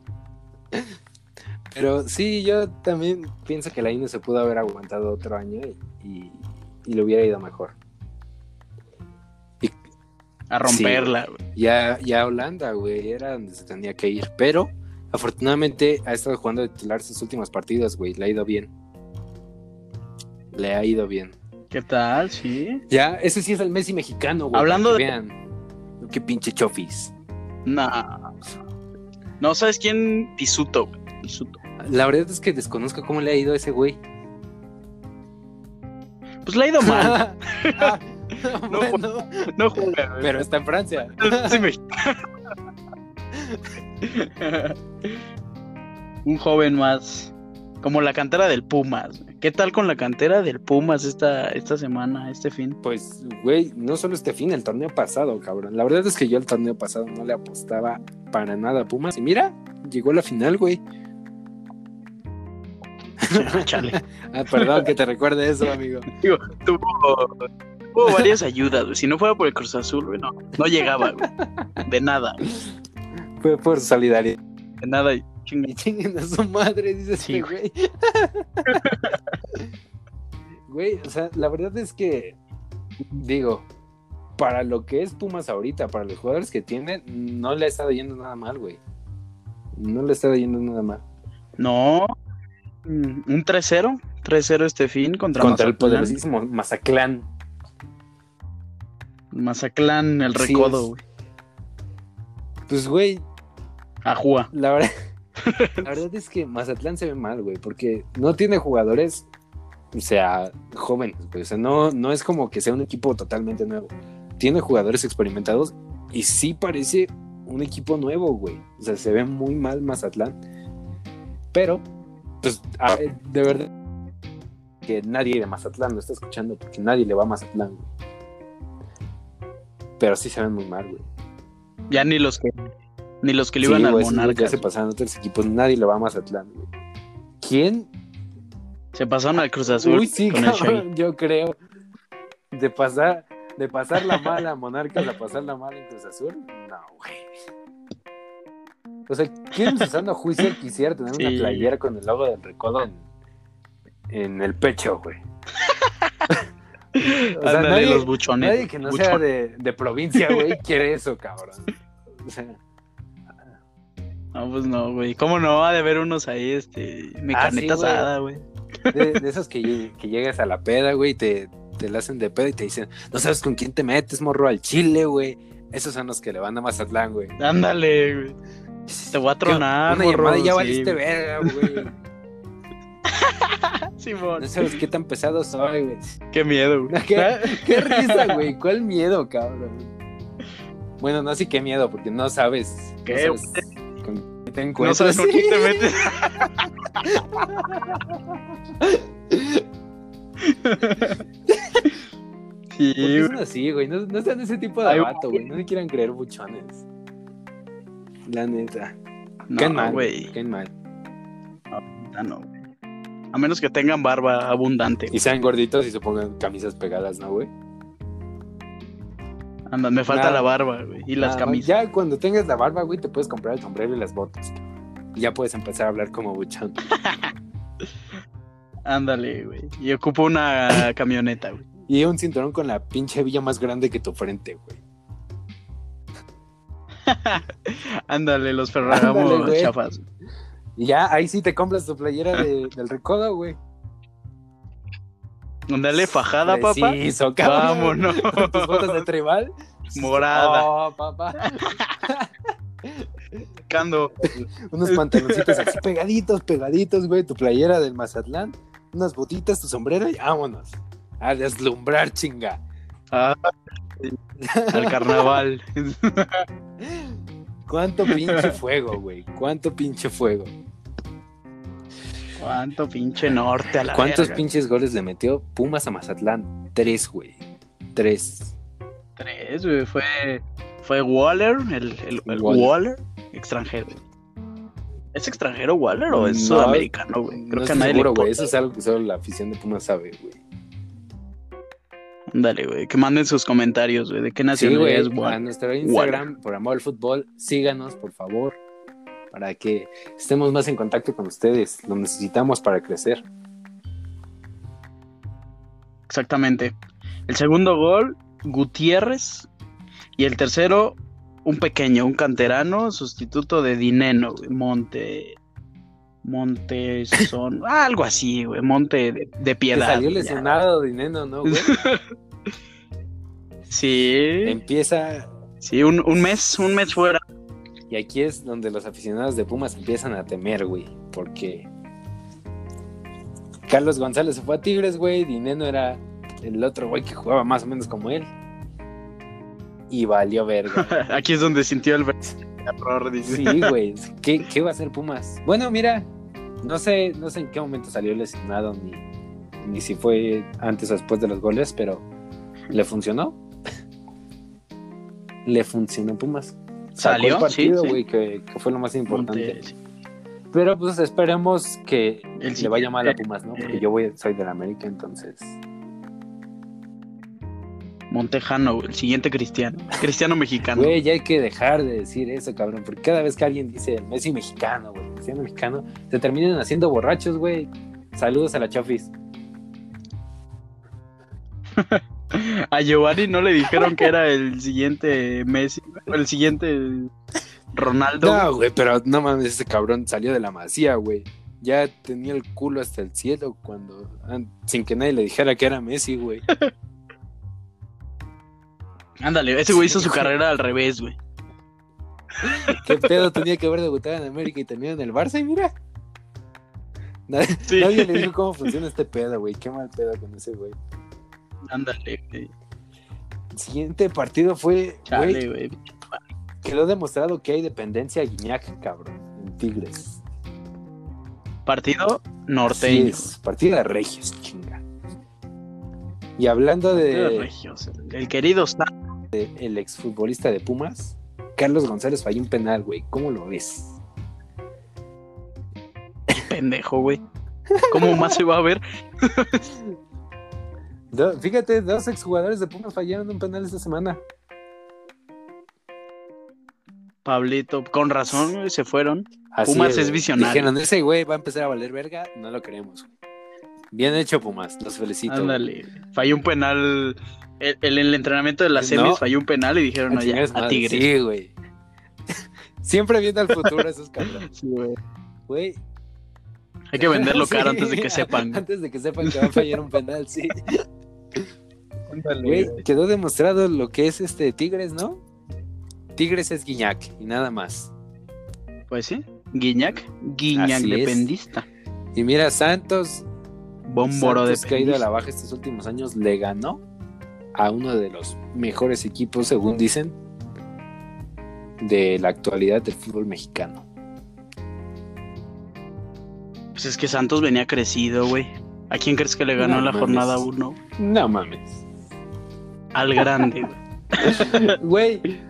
B: Pero sí, yo también pienso que la India se pudo haber aguantado otro año y, y, y le hubiera ido mejor.
A: A romperla, güey.
B: Ya, ya Holanda, güey, era donde se tenía que ir. Pero afortunadamente ha estado jugando de titular sus últimas partidas, güey. Le ha ido bien. Le ha ido bien.
A: ¿Qué tal? Sí.
B: Ya, ese sí es el Messi mexicano, güey.
A: Hablando
B: para que Vean. Qué pinche chofis.
A: Nah. No, ¿sabes quién? Pisuto, güey. Pisuto.
B: La verdad es que desconozco cómo le ha ido a ese güey.
A: Pues le ha ido
B: *laughs*
A: mal.
B: Ah, bueno,
A: *laughs* No juega, güey.
B: pero está en Francia.
A: Sí, me- Un joven más. Como la cantera del Pumas. güey. ¿Qué tal con la cantera del Pumas esta, esta semana, este fin?
B: Pues, güey, no solo este fin, el torneo pasado, cabrón. La verdad es que yo el torneo pasado no le apostaba para nada a Pumas. Y mira, llegó la final, güey.
A: Ah, chale.
B: Ah, perdón que te recuerde eso, amigo.
A: Digo, tuvo, *laughs* tuvo varias ayudas, güey. Si no fuera por el Cruz Azul, güey, no, no llegaba, güey. De nada,
B: Fue por solidaridad.
A: de nada. chinga.
B: Y chinguen a su madre, dice
A: Sí,
B: este güey. Güey, o sea, la verdad es que, digo, para lo que es Pumas ahorita, para los jugadores que tiene, no le ha estado yendo nada mal, güey. No le ha estado yendo nada mal.
A: No. Mm, Un 3-0. 3-0 este fin contra,
B: Contra el
A: Mazatlán.
B: poderosísimo Mazaclán.
A: Mazatlán, el
B: Sí,
A: recodo,
B: es-
A: güey.
B: Pues, güey,
A: Ajúa.
B: La verdad, la verdad es que Mazatlán se ve mal, güey, porque no tiene jugadores, o sea, jóvenes, güey. O sea, no, no es como que sea un equipo totalmente nuevo. Tiene jugadores experimentados y sí parece un equipo nuevo, güey. O sea, se ve muy mal Mazatlán. Pero, pues, a ver, de verdad, que nadie de Mazatlán lo está escuchando porque nadie le va a Mazatlán, güey. Pero sí se ven muy mal, güey.
A: Ya ni los que ni los que le
B: Sí,
A: iban al
B: güey, esos güeyes
A: Monarcas.
B: Ya se pasaron otros equipos, nadie le va a Mazatlán, güey. ¿Quién?
A: Se pasaron al Cruz Azul
B: Uy, sí,
A: con el Shaggy.
B: cabrón, yo creo. De pasar, de pasar la mala a Monarcas a pasar la mala en Cruz Azul, no, güey. O sea,
A: *laughs*
B: ¿quién usando juicio quisiera tener
A: Sí.
B: una playera con el logo del recodo en, en el pecho,
A: *laughs*
B: güey? O sea,
A: Ándale,
B: nadie-
A: los buchones.
B: Nadie que no sea
A: buchones.
B: de, de provincia, güey, quiere
A: *laughs*
B: eso, cabrón. O sea,
A: No, pues no, güey. ¿Cómo no? Ha de haber unos ahí, este. Mi
B: Ah,
A: carnita
B: sí, güey.
A: asada, güey.
B: De, de esos que, lle- que llegas a la peda, güey, y te, te la hacen de pedo y te dicen, no sabes con quién te metes, morro, al chile, güey. Esos son los que le van a Mazatlán, güey.
A: Ándale, güey. Te voy a tronar,
B: Una llamada y
A: morro,
B: ya
A: sí,
B: valiste
A: güey.
B: verga, güey.
A: Simón.
B: No sabes qué tan pesado soy, güey. *laughs*
A: Qué miedo, güey. *laughs*
B: ¿Qué? Qué risa, güey. ¿Cuál miedo, cabrón? Bueno, no, sí, qué miedo, porque no sabes. no
A: ¿Qué?
B: sabes con quién te
A: No
B: encuentras.
A: sabes con
B: *laughs*
A: quién te metes. sí,
B: ¿Por qué
A: güey.
B: son así, güey? No, no sean ese tipo de
A: Ay,
B: vato, güey. No se quieran creer buchones. La neta.
A: No,
B: Qué mal,
A: güey.
B: Qué mal.
A: Ah, no, güey. A menos que tengan barba abundante.
B: Y sean gorditos y se pongan camisas pegadas, ¿no, güey?
A: Anda, me falta
B: Nada.
A: la barba, güey. Y las
B: Nada más,
A: camisas.
B: Ya cuando tengas la barba, güey, te puedes comprar el sombrero y las botas. Y ya puedes empezar a hablar como buchón.
A: Ándale, güey. Y ocupo una camioneta, güey.
B: Y un cinturón con la pinche villa más grande que tu frente, güey.
A: Ándale, los Ferragamo
B: Ándale, güey.
A: chafas.
B: Y ya ahí sí te compras tu playera *laughs* de- del recodo, güey.
A: Ándale, fajada, papá.
B: Preciso, Pues cabrón.
A: Vámonos.
B: Eh, Con *laughs* tus botas de tribal.
A: Morada.
B: Oh, papá.
A: Cando.
B: Unos pantaloncitos así pegaditos, pegaditos, güey. Tu playera del Mazatlán. Unas botitas, tu sombrero y vámonos. A deslumbrar, chinga.
A: Ah, al carnaval. *laughs*
B: ¿Cuánto pinche fuego, güey? ¿Cuánto pinche fuego?
A: Cuánto pinche norte a la
B: ¿Cuántos
A: verga.
B: pinches goles le metió Pumas a Mazatlán? Tres, güey. Tres.
A: Tres, güey. Fue, fue Waller, el, el- el
B: Waller.
A: Waller. extranjero. ¿Es extranjero Waller o es
B: No,
A: sudamericano, güey? Creo
B: no
A: que a
B: estoy
A: nadie
B: seguro,
A: le
B: güey.
A: importa.
B: Eso es algo que solo la afición de Pumas sabe, güey.
A: Ándale, güey. Que manden sus comentarios, güey. ¿De qué
B: Sí, güey.
A: nacionalidad es
B: A
A: Waller?
B: nuestro Instagram, por amor al fútbol, síganos, por favor. Para que estemos más en contacto con ustedes. Lo necesitamos para crecer.
A: Exactamente. El segundo gol, Gutiérrez. Y el tercero, un pequeño, un canterano, sustituto de Dineno, güey. Monte. Monteson. ah, *laughs* algo así, güey. Monte de, de
B: Te
A: piedad.
B: salió
A: ya.
B: lesionado, dinero,
A: *laughs*
B: ¿no, güey?
A: Sí,
B: Empieza.
A: sí, un, un mes, un mes fuera. *laughs*
B: Y aquí es donde los aficionados de Pumas empiezan a temer, güey. Porque Carlos González se fue a Tigres, güey. Dineno era el otro güey que jugaba más o menos como él. Y valió verga.
A: *laughs* Aquí es donde sintió el error, dice.
B: Sí, güey. ¿Qué, qué va a hacer Pumas? Bueno, mira, no sé, no sé en qué momento salió lesionado ni, ni si fue antes o después de los goles, pero le funcionó. *laughs* le funcionó Pumas. Sacó
A: Salió,
B: el partido,
A: sí, sí.
B: güey, que, que fue lo más importante.
A: Monte-
B: Pero pues esperemos que
A: El
B: le vaya mal a
A: siguiente,
B: Pumas, ¿no? Porque yo voy, soy del América, entonces.
A: Montejano, güey, el siguiente cristiano. Cristiano mexicano.
B: Güey, ya hay que dejar de decir eso, cabrón. Porque cada vez que alguien dice el Messi mexicano, güey, Messi mexicano, se terminan haciendo borrachos, güey. Saludos a la Chofis.
A: A Giovanni no le dijeron que era el siguiente Messi, el siguiente Ronaldo.
B: No, güey, pero no mames, ese cabrón salió de la masía, güey. Ya tenía el culo hasta el cielo cuando. an- Sin que nadie le dijera que era Messi, güey.
A: Ándale, ese güey hizo su carrera al revés, güey.
B: ¿Qué pedo tenía que haber debutado en América y terminado en el Barça? Y mira. Nadie,
A: Sí,
B: nadie le dijo cómo funciona este pedo, güey. Qué mal pedo con ese, güey.
A: *laughs* ándale, güey.
B: El siguiente partido fue, güey,
A: Chale, güey.
B: Quedó demostrado que hay dependencia a Guiñac, cabrón, en Tigres.
A: Partido
B: Así
A: norteño.
B: es, partida de Regios, chinga. Y hablando
A: Partido
B: de,
A: regios. El querido Sam.
B: de el exfutbolista de Pumas, Carlos González falló un penal, güey. ¿Cómo lo ves?
A: pendejo, güey. ¿Cómo más se va a ver?
B: Do- fíjate, dos exjugadores de Pumas fallaron un penal esta semana.
A: Pablito, con razón, güey, se fueron.
B: Así
A: Pumas es
B: güey.
A: visionario.
B: Dijeron, ese güey va a empezar a valer verga, no lo queremos, güey. Bien hecho, Pumas, los felicito. güey.
A: Ándale. Falló un penal. El, el, el entrenamiento de las semis
B: No.
A: falló un penal y dijeron,
B: A
A: no, ya,
B: chingar su
A: a
B: madre.
A: Tigres.
B: Sí, güey. Siempre viendo al futuro esos cabrones,
A: Sí, güey.
B: güey.
A: Hay que venderlo
B: *laughs* Sí,
A: caro antes de que sepan.
B: *laughs* Antes de que sepan que va a fallar un
A: *laughs*
B: penal, sí.
A: Ándale,
B: Güey,
A: güey.
B: quedó demostrado lo que es este Tigres, ¿no? Tigres es Guiñac y nada más.
A: Pues sí, Guiñac, Guiñac
B: Así es.
A: dependista.
B: Y mira, Santos,
A: Bomboro
B: Santos que ha ido a
A: dependista.
B: la baja estos últimos años, le ganó a uno de los mejores equipos, según dicen, de la actualidad del fútbol mexicano.
A: Pues es que Santos venía crecido, güey. ¿A quién crees que le ganó
B: No
A: en la
B: mames.
A: jornada 1?
B: No mames.
A: Al grande, güey.
B: Güey,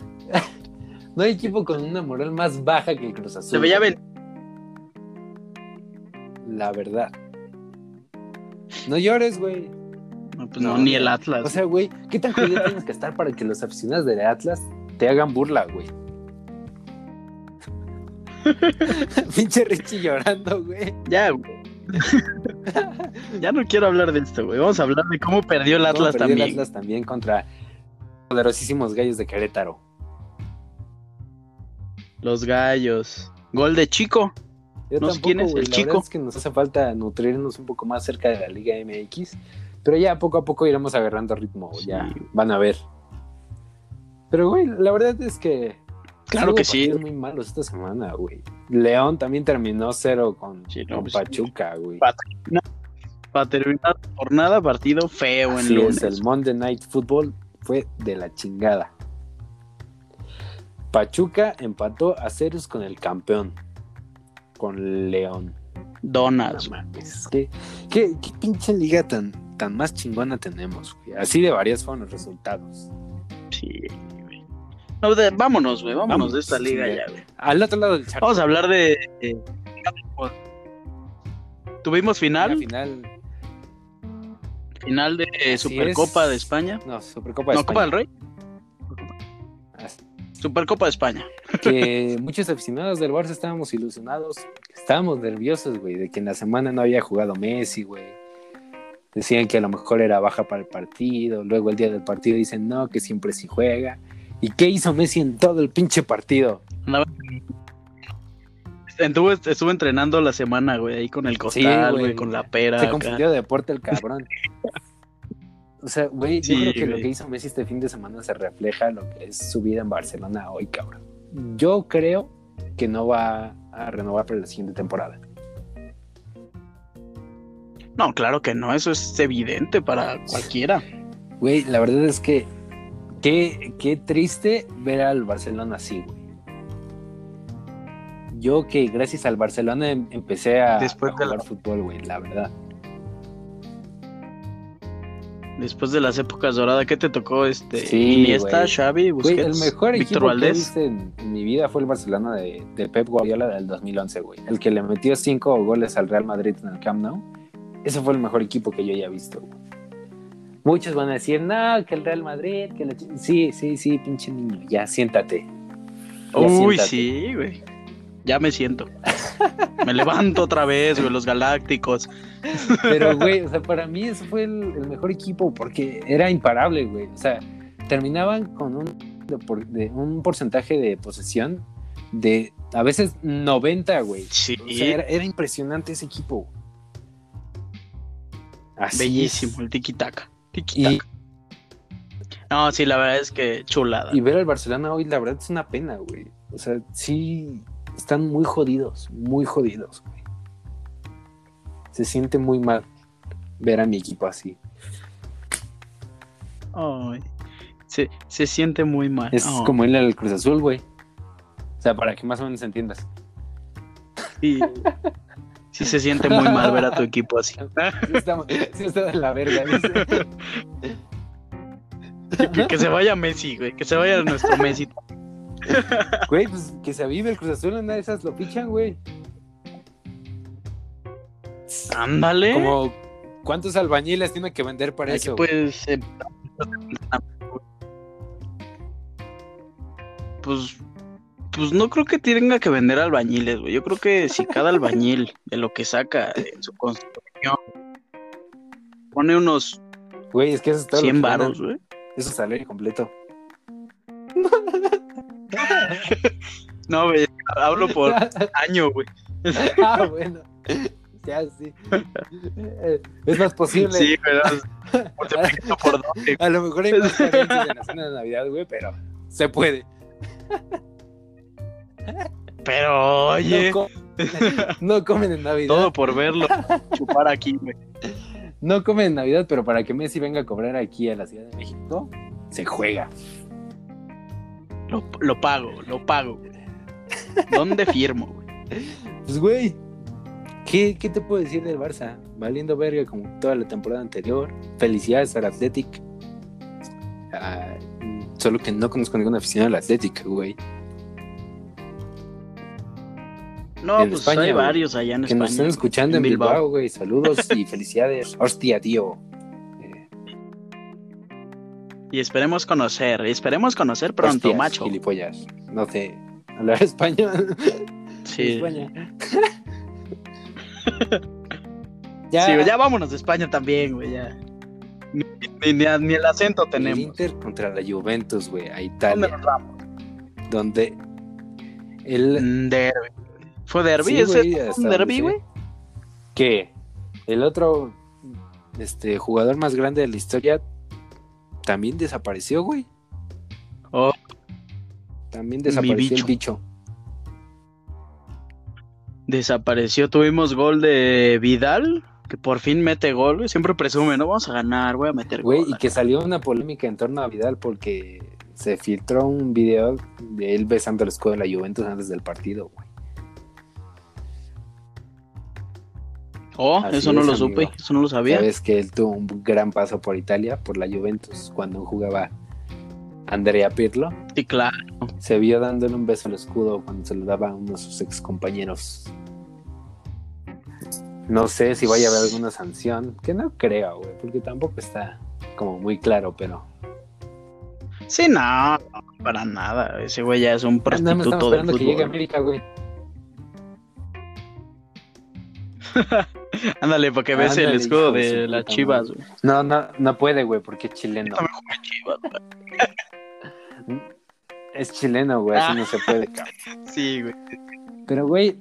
B: *laughs* no hay equipo con una moral más baja que el Cruz Azul.
A: Se veía ven-
B: la verdad. No llores, güey.
A: No, pues no, ni el Atlas.
B: O sea, güey, ¿qué
A: *laughs*
B: tan jodido tienes que estar para que los aficionados del Atlas te hagan burla,
A: *laughs*
B: güey? Pinche Richie llorando, güey.
A: ya,
B: *laughs*
A: güey. ya no quiero hablar de esto, güey. Vamos a hablar de cómo perdió el Atlas
B: Perdió
A: también.
B: El Atlas también contra poderosísimos gallos de Querétaro.
A: Los gallos. Gol de chico.
B: Yo
A: No sé quién es
B: güey,
A: el
B: la
A: chico.
B: verdad es que nos hace falta nutrirnos un poco más cerca de la Liga MX, pero ya poco a poco iremos agarrando ritmo,
A: Sí.
B: ya van a ver. Pero güey, la verdad es que
A: Claro
B: hubo
A: que sí.
B: partidos muy malos esta semana, güey. León también terminó cero con,
A: Sí, no,
B: con
A: pues,
B: Pachuca, güey.
A: Pa- Para terminar la jornada, partido feo en
B: Así
A: lunes.
B: es, el Monday Night Football fue de la chingada. Pachuca empató a ceros con el campeón, con León.
A: Donas.
B: No mames, ¿Qué, qué, qué pinche liga tan, tan más chingona tenemos, güey? Así de varias fueron los resultados.
A: Sí, güey. No, de- vámonos, güey. Vámonos
B: Vámonos,
A: de esta liga
B: sí,
A: ya, güey.
B: Al otro lado del charco.
A: Vamos a hablar de. de- Tuvimos
B: la
A: final,
B: final.
A: final de eh,
B: Así
A: Supercopa
B: es.
A: de España.
B: No, Supercopa de
A: no,
B: España.
A: Copa del Rey.
B: Así
A: Supercopa de España.
B: Que *laughs* muchos aficionados del Barça estábamos ilusionados, estábamos nerviosos, güey, de que en la semana no había jugado Messi, güey. Decían que a lo mejor era baja para el partido, luego el día del partido dicen no, que siempre sí juega. ¿Y qué hizo Messi en todo el pinche partido?
A: Estuvo, estuvo entrenando la semana, güey, ahí con el costal,
B: güey.
A: güey, con la pera.
B: Se
A: acá.
B: confundió de deporte el cabrón. O sea, güey, yo
A: Sí,
B: creo que lo
A: güey.
B: que hizo Messi este fin de semana se refleja en lo que es su vida en Barcelona hoy, cabrón. Yo creo que no va a renovar para la siguiente temporada.
A: No, claro que no, eso es evidente para cualquiera.
B: Güey, la verdad es que qué, qué triste ver al Barcelona así, güey. Yo que gracias al Barcelona em- empecé a,
A: Después
B: a
A: de la-
B: jugar fútbol, güey, la verdad.
A: Después de las épocas doradas, ¿qué te tocó? Este,
B: Sí,
A: Iniesta,
B: güey.
A: Xavi,
B: Güey,
A: Busquets,
B: el mejor
A: Víctor
B: equipo que
A: Valdés.
B: viste en, en mi vida fue el Barcelona de, de Pep Guardiola del 2011, güey. El que le metió cinco goles al Real Madrid en el Camp Nou. Ese fue el mejor equipo que yo haya visto, güey. Muchos van a decir, no, que el Real Madrid, que la chi-". Sí, sí, sí, pinche niño, ya, siéntate. Ya
A: Uy,
B: siéntate.
A: sí, güey. Ya me siento. me levanto otra vez, güey, los Galácticos. *laughs*
B: Pero, güey, o sea, para mí eso fue el, el mejor equipo porque era imparable, güey. O sea, terminaban con un, de por- de un porcentaje de posesión de a veces 90, güey.
A: Sí,
B: O sea, era, era impresionante ese equipo. Así
A: bellísimo,
B: es.
A: el tiki-taka.
B: Y,
A: Tiki-taka. No, sí, la verdad es que chulada.
B: y ver al Barcelona hoy, la verdad, es una pena, güey. O sea, sí, están muy jodidos, muy jodidos, güey. Se siente muy mal ver a mi equipo así.
A: Ay, se, se siente muy mal.
B: Es
A: Ay,
B: como irle al Cruz Azul, güey. O sea, para que más o menos entiendas. *laughs*
A: Sí, sí se siente muy mal ver a tu equipo
B: *laughs*
A: así.
B: Sí está, sí está de la verga. dice.
A: Que, que se vaya Messi, güey. Que se vaya nuestro Messi.
B: Güey, pues que se avive el Cruz Azul, en una de esas lo fichan, güey.
A: Ándale.
B: Como, ¿cuántos albañiles tiene que vender para
A: Aquí,
B: eso? güey?
A: pues. eh, pues. Pues no creo que tenga que vender albañiles, güey. Yo creo que si cada albañil de lo que saca en su construcción pone unos
B: Güey, es que eso es todo. lo
A: 100
B: que ganan.
A: varos, güey.
B: Eso es salario completo.
A: No, güey, hablo *laughs* por año, güey.
B: *laughs* ah, bueno. Ya, sí. Eh, Es más posible.
A: Sí, pero multiplico *laughs* por dos.
B: *laughs* A lo mejor hay más carencias en la cena de Navidad, güey, pero se puede.
A: Pero, oye, *laughs*
B: No, co- no comen en Navidad.
A: todo por verlo chupar aquí, güey.
B: No comen en Navidad, pero para que Messi venga a cobrar aquí a la Ciudad de México, se juega.
A: Lo, lo pago, lo pago. güey. ¿Dónde firmo, güey?
B: Pues, güey, ¿qué, qué te puedo decir del Barça? Valiendo verga como toda la temporada anterior. Felicidades al Athletic. Ah, mm, solo que no conozco ninguna afición al Athletic, güey.
A: No,
B: en
A: pues
B: España,
A: hay
B: güey,
A: varios allá en
B: que
A: España.
B: nos están escuchando
A: en
B: en
A: Bilbao.
B: Bilbao, güey.
A: *laughs*
B: Saludos y felicidades. Hostia, tío. Eh,
A: Y esperemos conocer, y esperemos conocer pronto,
B: hostias,
A: macho.
B: Gilipollas. No sé. Hablar español.
A: *laughs*
B: Pues
A: Sí. *laughs*
B: España.
A: Sí, güey, ya vámonos de España también, güey, ya. Ni, ni- ni- ni el acento
B: El
A: tenemos.
B: Inter contra la Juventus, güey, a
A: ¿Dónde
B: Italia,
A: nos vamos?
B: donde el
A: Mm, Derby. ¿Fue derby?
B: Sí,
A: ¿Ese
B: güey,
A: fue
B: hasta
A: un derby,
B: donde
A: güey?
B: sé. que el otro este jugador más grande de la historia también desapareció, güey.
A: Oh.
B: También desapareció
A: bicho.
B: el bicho.
A: Desapareció, tuvimos gol de Vidal, que por fin mete gol, güey. Siempre presume, no vamos a ganar, voy a meter
B: Güey,
A: gol.
B: y que salió una polémica en torno a Vidal porque se filtró un video de él besando el escudo de la Juventus antes del partido, güey.
A: Oh,
B: Así
A: eso no
B: es,
A: lo
B: amigo.
A: supe, eso no lo sabía.
B: Sabes que él tuvo un gran paso por Italia, por la Juventus, cuando jugaba Andrea Pirlo.
A: Sí, claro.
B: Se vio dándole un beso al escudo cuando se lo daba a uno de sus ex compañeros. No sé si vaya a haber alguna sanción, que no creo, güey, porque tampoco está como muy claro, pero
A: Sí, no, no, para nada. Ese güey ya es un
B: nada más estamos
A: prostituto del
B: esperando que llegue a
A: fútbol.
B: América, güey.
A: Ándale, para que ves el
B: Ándale,
A: escudo
B: hijo de
A: de
B: su
A: las
B: puta
A: chivas,
B: madre.
A: güey.
B: No, no, no puede, güey, porque es chileno.
A: No me juegues, chivas.
B: Es chileno, güey, así
A: Ah.
B: no se puede. cabrón.
A: Sí, güey.
B: Pero, güey,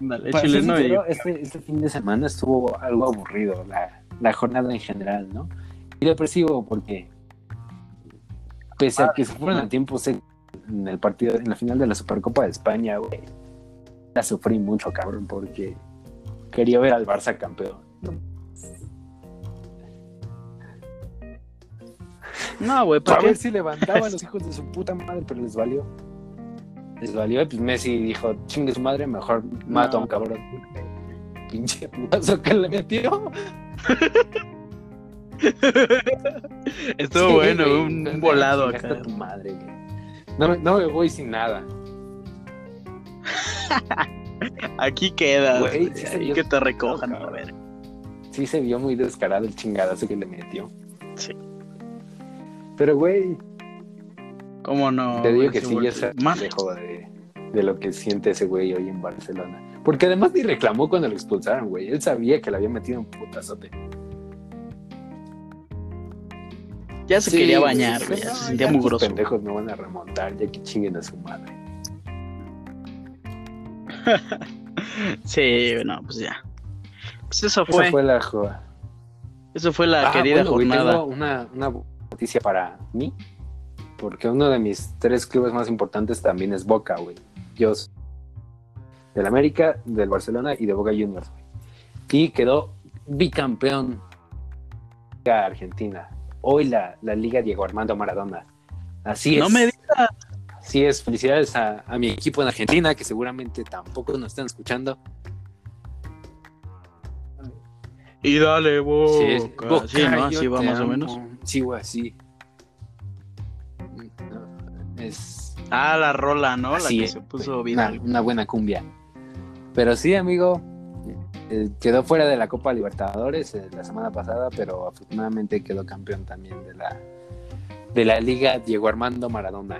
A: Ándale,
B: Para ser
A: chileno y-
B: sincero, este, este fin de semana estuvo algo aburrido, la, la jornada en general, ¿no? Y depresivo porque, pese a que se fueron a tiempos ex- en el partido, en la final de la Supercopa de España, güey, la sufrí mucho, cabrón, porque quería ver al Barça campeón.
A: No, güey,
B: Para
A: ¿para qué?
B: ver si levantaban *laughs* los hijos de su puta madre, pero les valió. Les valió, y pues Messi dijo, chingue su madre, mejor mato a un
A: No.
B: cabrón. *laughs* Pinche putazo que le metió.
A: Estuvo
B: Sí,
A: bueno,
B: güey,
A: un
B: güey,
A: volado
B: chingaste
A: acá.
B: a tu madre, güey. No, me- no me voy sin nada.
A: Aquí queda,
B: Güey,
A: güey.
B: sí se
A: Ahí
B: vio-
A: que te recojan,
B: cabrón.
A: a ver.
B: Sí se vio muy descarado el chingadazo que le metió.
A: Sí.
B: Pero, güey,
A: ¿Cómo no?
B: te
A: güey?
B: digo que
A: Ese
B: Ah, sí,
A: gol-
B: ya se
A: Más-
B: alejó de, de lo que siente ese güey hoy en Barcelona. Porque además ni reclamó cuando lo expulsaron, güey. Él sabía que le había metido un putazote.
A: Ya se quería
B: Sí,
A: bañar,
B: pues,
A: güey. Ya
B: no,
A: se sentía
B: ya Los
A: mugroso.
B: pendejos no van a remontar, ya que chinguen a su madre.
A: Sí, no, pues ya. Pues eso
B: Esa
A: fue.
B: fue la joda.
A: Eso fue la
B: Ah,
A: querida
B: bueno, güey,
A: jornada.
B: tengo una, una bu- noticia para mí, porque uno de mis tres clubes más importantes también es Boca, güey. Yo soy del América, del Barcelona y de Boca Juniors, güey. Y quedó bicampeón de Argentina. Hoy la, la Liga Diego Armando Maradona. Así es.
A: No me digas.
B: Así es. Felicidades a, a mi equipo en Argentina, que seguramente tampoco nos están escuchando.
A: Y dale,
B: Sí, es-
A: boca.
B: Boca,
A: Oh, Sí, ¿no?
B: yo
A: Así va
B: te
A: más o
B: amo.
A: menos.
B: Sí, güey, así. Es
A: Ah, la rola, ¿no? La
B: así
A: que
B: es,
A: se puso
B: güey.
A: Vidal.
B: Una, una buena cumbia. Pero sí, amigo, eh, quedó fuera de la Copa Libertadores eh, la semana pasada, pero afortunadamente quedó campeón también de la de la Liga Diego Armando Maradona.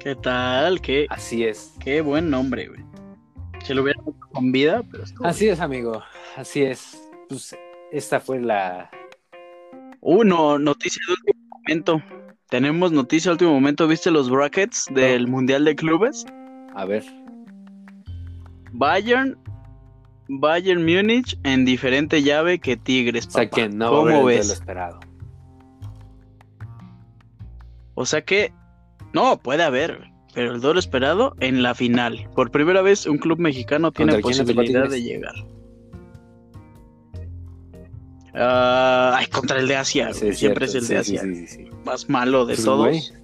A: ¿Qué tal? Qué,
B: Así es.
A: qué buen nombre, güey. Se lo hubiera puesto con vida, pero estuvo
B: Así es, amigo. Así es. Pues esta fue la
A: Uh, no, noticia de último momento. Tenemos noticia de último momento. ¿Viste los brackets del Mundial de Clubes?
B: a ver.
A: Bayern, Bayern Múnich en diferente llave que Tigres,
B: O
A: papá.
B: sea que no va a
A: ¿Cómo
B: haber dentro de
A: ves?
B: lo esperado.
A: O sea que no, puede haber, pero el duelo esperado en la final. Por primera vez un club mexicano tiene
B: ¿Contra quién le tocó
A: posibilidad
B: Tigres?
A: de llegar. Ah, ay, contra el de Asia,
B: Sí,
A: güey. siempre
B: cierto.
A: es el
B: Sí,
A: de
B: sí,
A: Asia,
B: sí, sí, sí.
A: más malo de
B: Pues,
A: todos.
B: güey,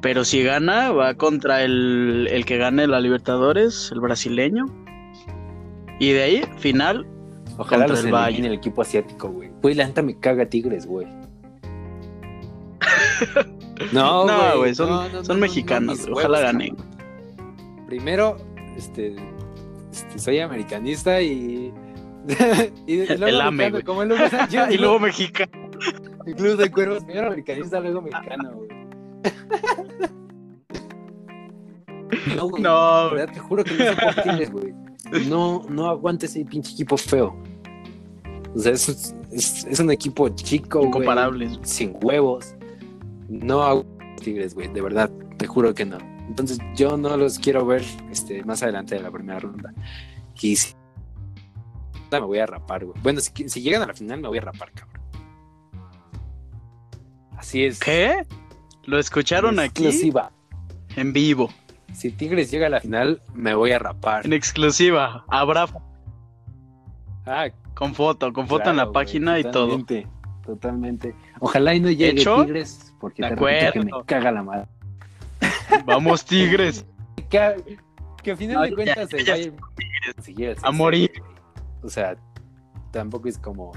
A: Pero si gana, va contra el, el que gane la Libertadores, el brasileño. Y de ahí, final,
B: Ojalá
A: Contra
B: los
A: el
B: elimine
A: Bayern. *laughs*
B: el equipo asiático, güey. Güey, la neta me caga Tigres, güey. No,
A: No,
B: güey.
A: güey, son-
B: no, no,
A: son
B: no, no,
A: mexicanos,
B: mis
A: güey, ojalá
B: huevos,
A: ganen.
B: cabrón. Primero, este, este, soy americanista y. *laughs* y luego
A: El AME,
B: mexicano,
A: güey.
B: Como
A: *laughs*
B: el Hugo Sánchez,
A: Ah, y luego mexicano.
B: El Club de cuervos, primero americanista, luego mexicano, güey. No,
A: *laughs*
B: güey,
A: No,
B: de verdad, te juro que no sé por
A: *laughs*
B: qué eres, güey. No, no aguanta ese pinche equipo feo. O sea, es, es- es un equipo chico, güey,
A: Incomparables.
B: sin huevos. No aguanta los Tigres, güey, de verdad, te juro que no. Entonces, yo no los quiero ver este, más adelante de la primera ronda. Y si. Me voy a rapar, güey. Bueno, si, si llegan a la final, me voy a rapar, cabrón. Así es.
A: ¿Qué? Lo escucharon aquí
B: Exclusiva.
A: en vivo,
B: Si Tigres llega a la final, me voy a rapar.
A: en exclusiva. Habrá
B: Ah,
A: con foto, con foto en
B: claro,
A: la
B: güey,
A: página y todo.
B: Totalmente, totalmente. Ojalá y no llegue
A: hecho?
B: Tigres, porque
A: De
B: te repito que me
A: acuerdo.
B: caga la madre.
A: *laughs* Vamos, Tigres.
B: Que, que a final
A: No,
B: de
A: ya-
B: cuentas el
A: ya
B: Bayern siguiera así,
A: A morir.
B: güey. O sea, tampoco es como,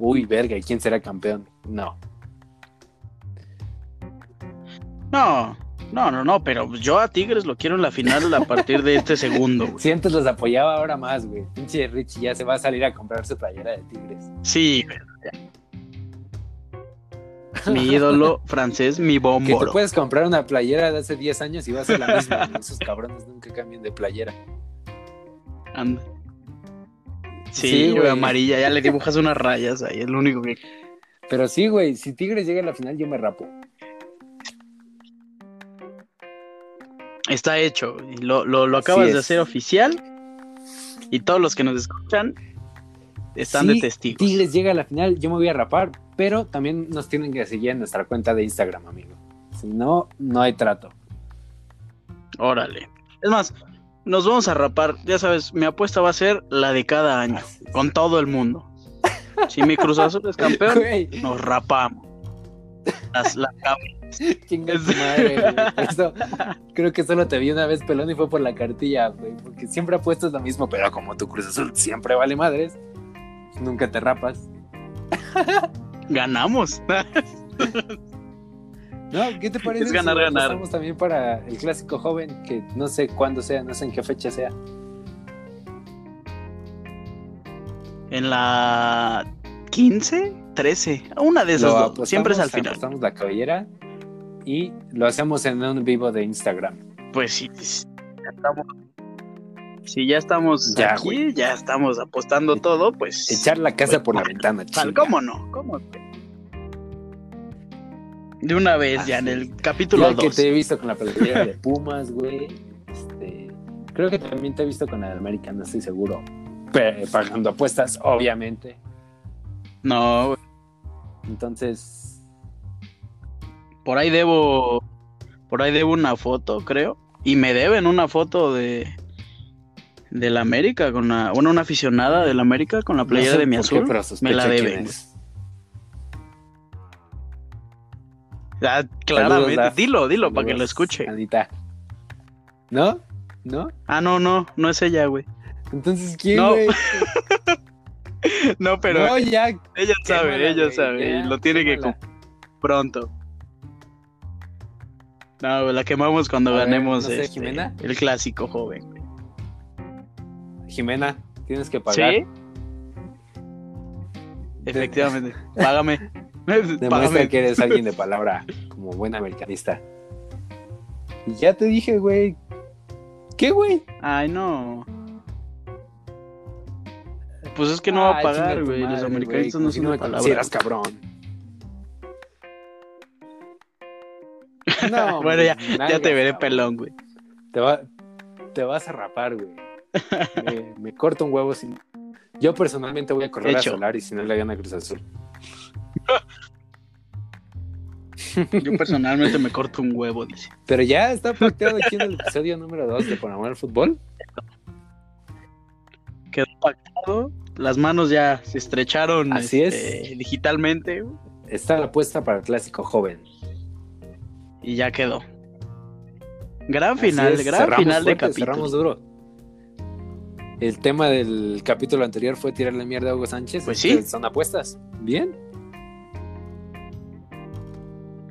B: uy, verga, ¿y quién será campeón? No.
A: No, no, no, no, pero yo a Tigres lo quiero en la final a partir de este segundo, güey.
B: Si antes los apoyaba, ahora más, güey. Pinche Richie ya se va a salir a comprar su playera de Tigres.
A: Sí, güey. Mi ídolo francés, mi
B: Que tú
A: bomboro.
B: puedes comprar una playera de hace 10 años y va a ser la misma. ¿no? Esos cabrones nunca cambian de playera.
A: Anda. Sí,
B: Sí,
A: güey,
B: güey.
A: amarilla, ya le dibujas unas rayas ahí, es lo único que...
B: Pero sí, güey, si Tigres llega a la final, yo me rapo.
A: Está hecho, y lo, lo, lo
B: Así
A: acabas de
B: es.
A: hacer oficial y todos los que nos escuchan están
B: Sí,
A: de testigos.
B: Tigres llega a la final, yo me voy a rapar, pero también nos tienen que seguir en nuestra cuenta de Instagram, amigo. Si no, no hay trato.
A: Órale. Es más, nos vamos a rapar, ya sabes, mi apuesta va a ser la de cada año,
B: Así es.
A: con todo el mundo. Si mi Cruz Azul es campeón,
B: *laughs* Güey,
A: nos rapamos. Las- la cam-
B: chinga tu
A: *laughs*
B: madre, güey. Por eso, creo que solo te vi una vez pelón y fue por la cartilla, güey. Porque siempre apuestas lo mismo, pero como tu Cruz Azul siempre vale madres, nunca te rapas.
A: ganamos. *laughs*
B: No, ¿qué te parece?
A: Es ganar, ganar.
B: Estamos también para el clásico joven, que no sé cuándo sea, no sé en qué fecha sea.
A: en la 15, 13, una de esas
B: Lo
A: dos.
B: apostamos,
A: Siempre es al final.
B: apostamos la cabellera y lo hacemos en un vivo de Instagram.
A: Pues sí, sí, ya estamos. Si ya estamos
B: Ya,
A: aquí,
B: güey.
A: ya estamos apostando todo, pues.
B: Echar la casa
A: Pues,
B: por la ventana,
A: Tal,
B: chinga.
A: ¿Cómo no? ¿Cómo? no? De una vez, ya en
B: Así
A: el capítulo
B: Ya que
A: 2.
B: te he visto con la playera de Pumas, güey. Este, creo que también te he visto con la de América, no estoy seguro. Pero, pagando apuestas, obviamente.
A: No, güey,
B: Entonces,
A: por ahí debo. Por ahí debo una foto, creo. Y me deben una foto de. De la América, con una, bueno, una aficionada de la América con la playera
B: no sé
A: de mi
B: por qué,
A: azul.
B: pero
A: me la
B: sospecho quién
A: deben.
B: es.
A: Ah, claramente.
B: Daf.
A: dilo, dilo, para que
B: Saludos,
A: lo escuche.
B: Anita. ¿No? ¿No?
A: Ah, no, no, no es ella, güey.
B: Entonces, ¿quién,
A: No,
B: güey?
A: No, pero
B: *laughs* no, ya,
A: ella sabe,
B: Quémala,
A: ella
B: güey,
A: sabe.
B: ya,
A: y lo tiene que
B: quémala.
A: cumplir pronto. No, güey, la quemamos cuando
B: A ver,
A: ganemos
B: no sé,
A: este,
B: Jimena.
A: el clásico joven. güey.
B: Jimena, tienes que pagar.
A: ¿Sí? Efectivamente. Págame. *laughs*
B: Demuestra
A: Págame.
B: que eres alguien de palabra, como buen americanista. Y ya te dije, güey. ¿Qué, güey?
A: *laughs* Ay, no. Pues es que no va a
B: Ay, Ah, chinga
A: pagar,
B: tu
A: güey. Los
B: madre,
A: americanistas no
B: güey, como si
A: son de
B: me
A: palabras. *laughs*
B: conocieras, cabrón. No,
A: Bueno, ya-
B: mis
A: Ya
B: nalgas,
A: te veré
B: cabrón.
A: pelón, güey.
B: Te, va- te vas a rapar, güey.
A: *laughs*
B: Me, me corto un huevo sin. Yo personalmente voy a correr
A: Hecho.
B: a Solar y si no le gana Cruz Azul.
A: Yo personalmente me corto un huevo, dice.
B: Pero ya está pactado aquí en el episodio número 2 de Por Amor al Fútbol.
A: quedó pactado. Las manos ya se estrecharon
B: Así
A: este, digitalmente
B: Está la apuesta para el clásico joven.
A: y ya quedó. Gran
B: Así
A: final,
B: es,
A: gran
B: cerramos
A: final de
B: fuerte,
A: capítulo.
B: Cerramos duro. El tema del capítulo anterior fue tirarle mierda a Hugo Sánchez.
A: Pues
B: Entonces,
A: sí.
B: Son apuestas. Bien.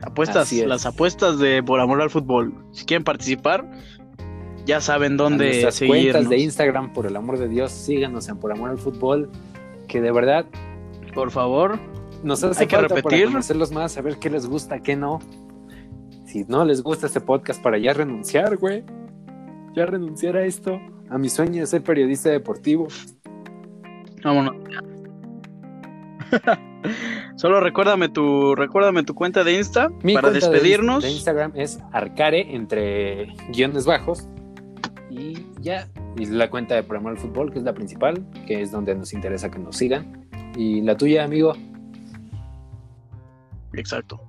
A: apuestas,
B: Así es.
A: las apuestas de Por Amor al Fútbol. Si quieren participar, ya saben
B: a
A: dónde
B: nuestras cuentas
A: seguirnos.
B: de Instagram, por el amor de Dios, síganos en Por Amor al Fútbol, que de verdad
A: Por favor,
B: nos hace
A: Hay que
B: falta
A: repetir.
B: para conocerlos más, saber qué les gusta, qué no. Si no les gusta este podcast, para ya renunciar, güey. Ya renunciar a esto, a mi sueño de ser periodista deportivo.
A: vámonos. *laughs* Solo recuérdame tu, recuérdame tu cuenta de Insta
B: Mi
A: para
B: cuenta de-
A: despedirnos.
B: De, Instagram es arcare entre guiones bajos y ya. Y la cuenta de Por Amor al Fútbol, que es la principal, que es donde nos interesa que nos sigan. Y la tuya, amigo,
A: Exacto.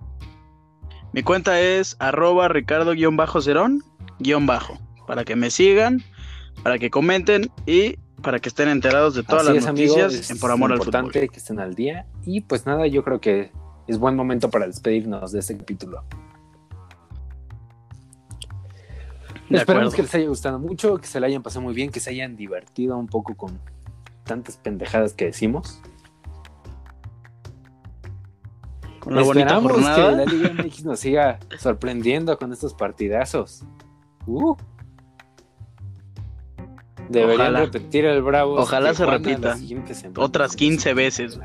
A: Mi cuenta es arroba ricardo-cerón, guión bajo, para que me sigan, para que comenten y para que estén enterados de todas
B: Así
A: las
B: es, amigo,
A: noticias
B: es
A: en Por Amor al Fútbol.
B: importante que estén al día. Y pues nada, yo creo que es buen momento para despedirnos de este capítulo.
A: De acuerdo.
B: Esperamos que les haya gustado mucho, que se la hayan pasado muy bien, que se hayan divertido un poco con tantas pendejadas que decimos.
A: Con la bonita
B: Esperamos
A: jornada.
B: que la Liga MX nos siga sorprendiendo con estos partidazos. Uh. Deberían
A: Ojalá.
B: repetir el Bravo.
A: Ojalá se repita. Otras 15 veces.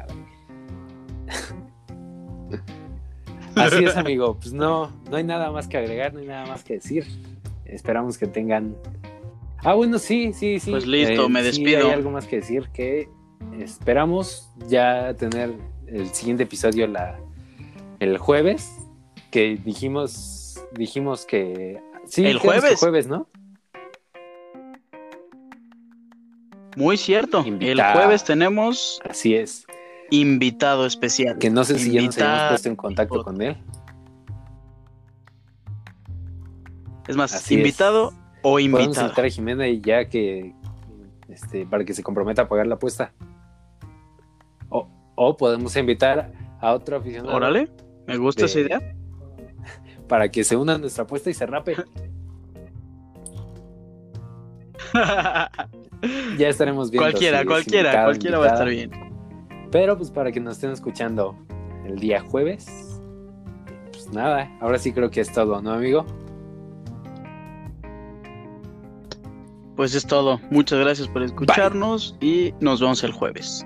B: Así es, amigo. Pues no, no hay nada más que agregar, no hay nada más que decir. Esperamos que tengan. Ah, bueno, sí, sí, sí.
A: Pues listo, me
B: sí,
A: despido.
B: hay algo más que decir que esperamos ya tener el siguiente episodio la, el jueves. Que dijimos, dijimos que. Sí,
A: ¿El
B: quedamos que
A: jueves?
B: jueves, ¿no?
A: Muy cierto.
B: Invitado.
A: El jueves tenemos
B: Así es.
A: invitado especial.
B: Que no sé si ya nos habíamos
A: Invitado.
B: puesto en contacto con él.
A: Es más,
B: Así es.
A: Pues, invitado o
B: Podemos
A: invitada.
B: invitar a Jimena y ya que este, para que se comprometa a pagar la apuesta. O, o podemos invitar a otro aficionado
A: Órale, me gusta
B: De-
A: esa idea. *laughs*
B: para que se una a nuestra apuesta y se rape. Ya estaremos viendo.
A: cualquiera,
B: si es
A: cualquiera,
B: invitado,
A: cualquiera va a estar
B: invitada.
A: bien.
B: Pero pues para que nos estén escuchando el día jueves, pues nada, ahora sí creo que es todo, ¿no, amigo?
A: Pues es todo. Muchas gracias por escucharnos y nos vemos el jueves.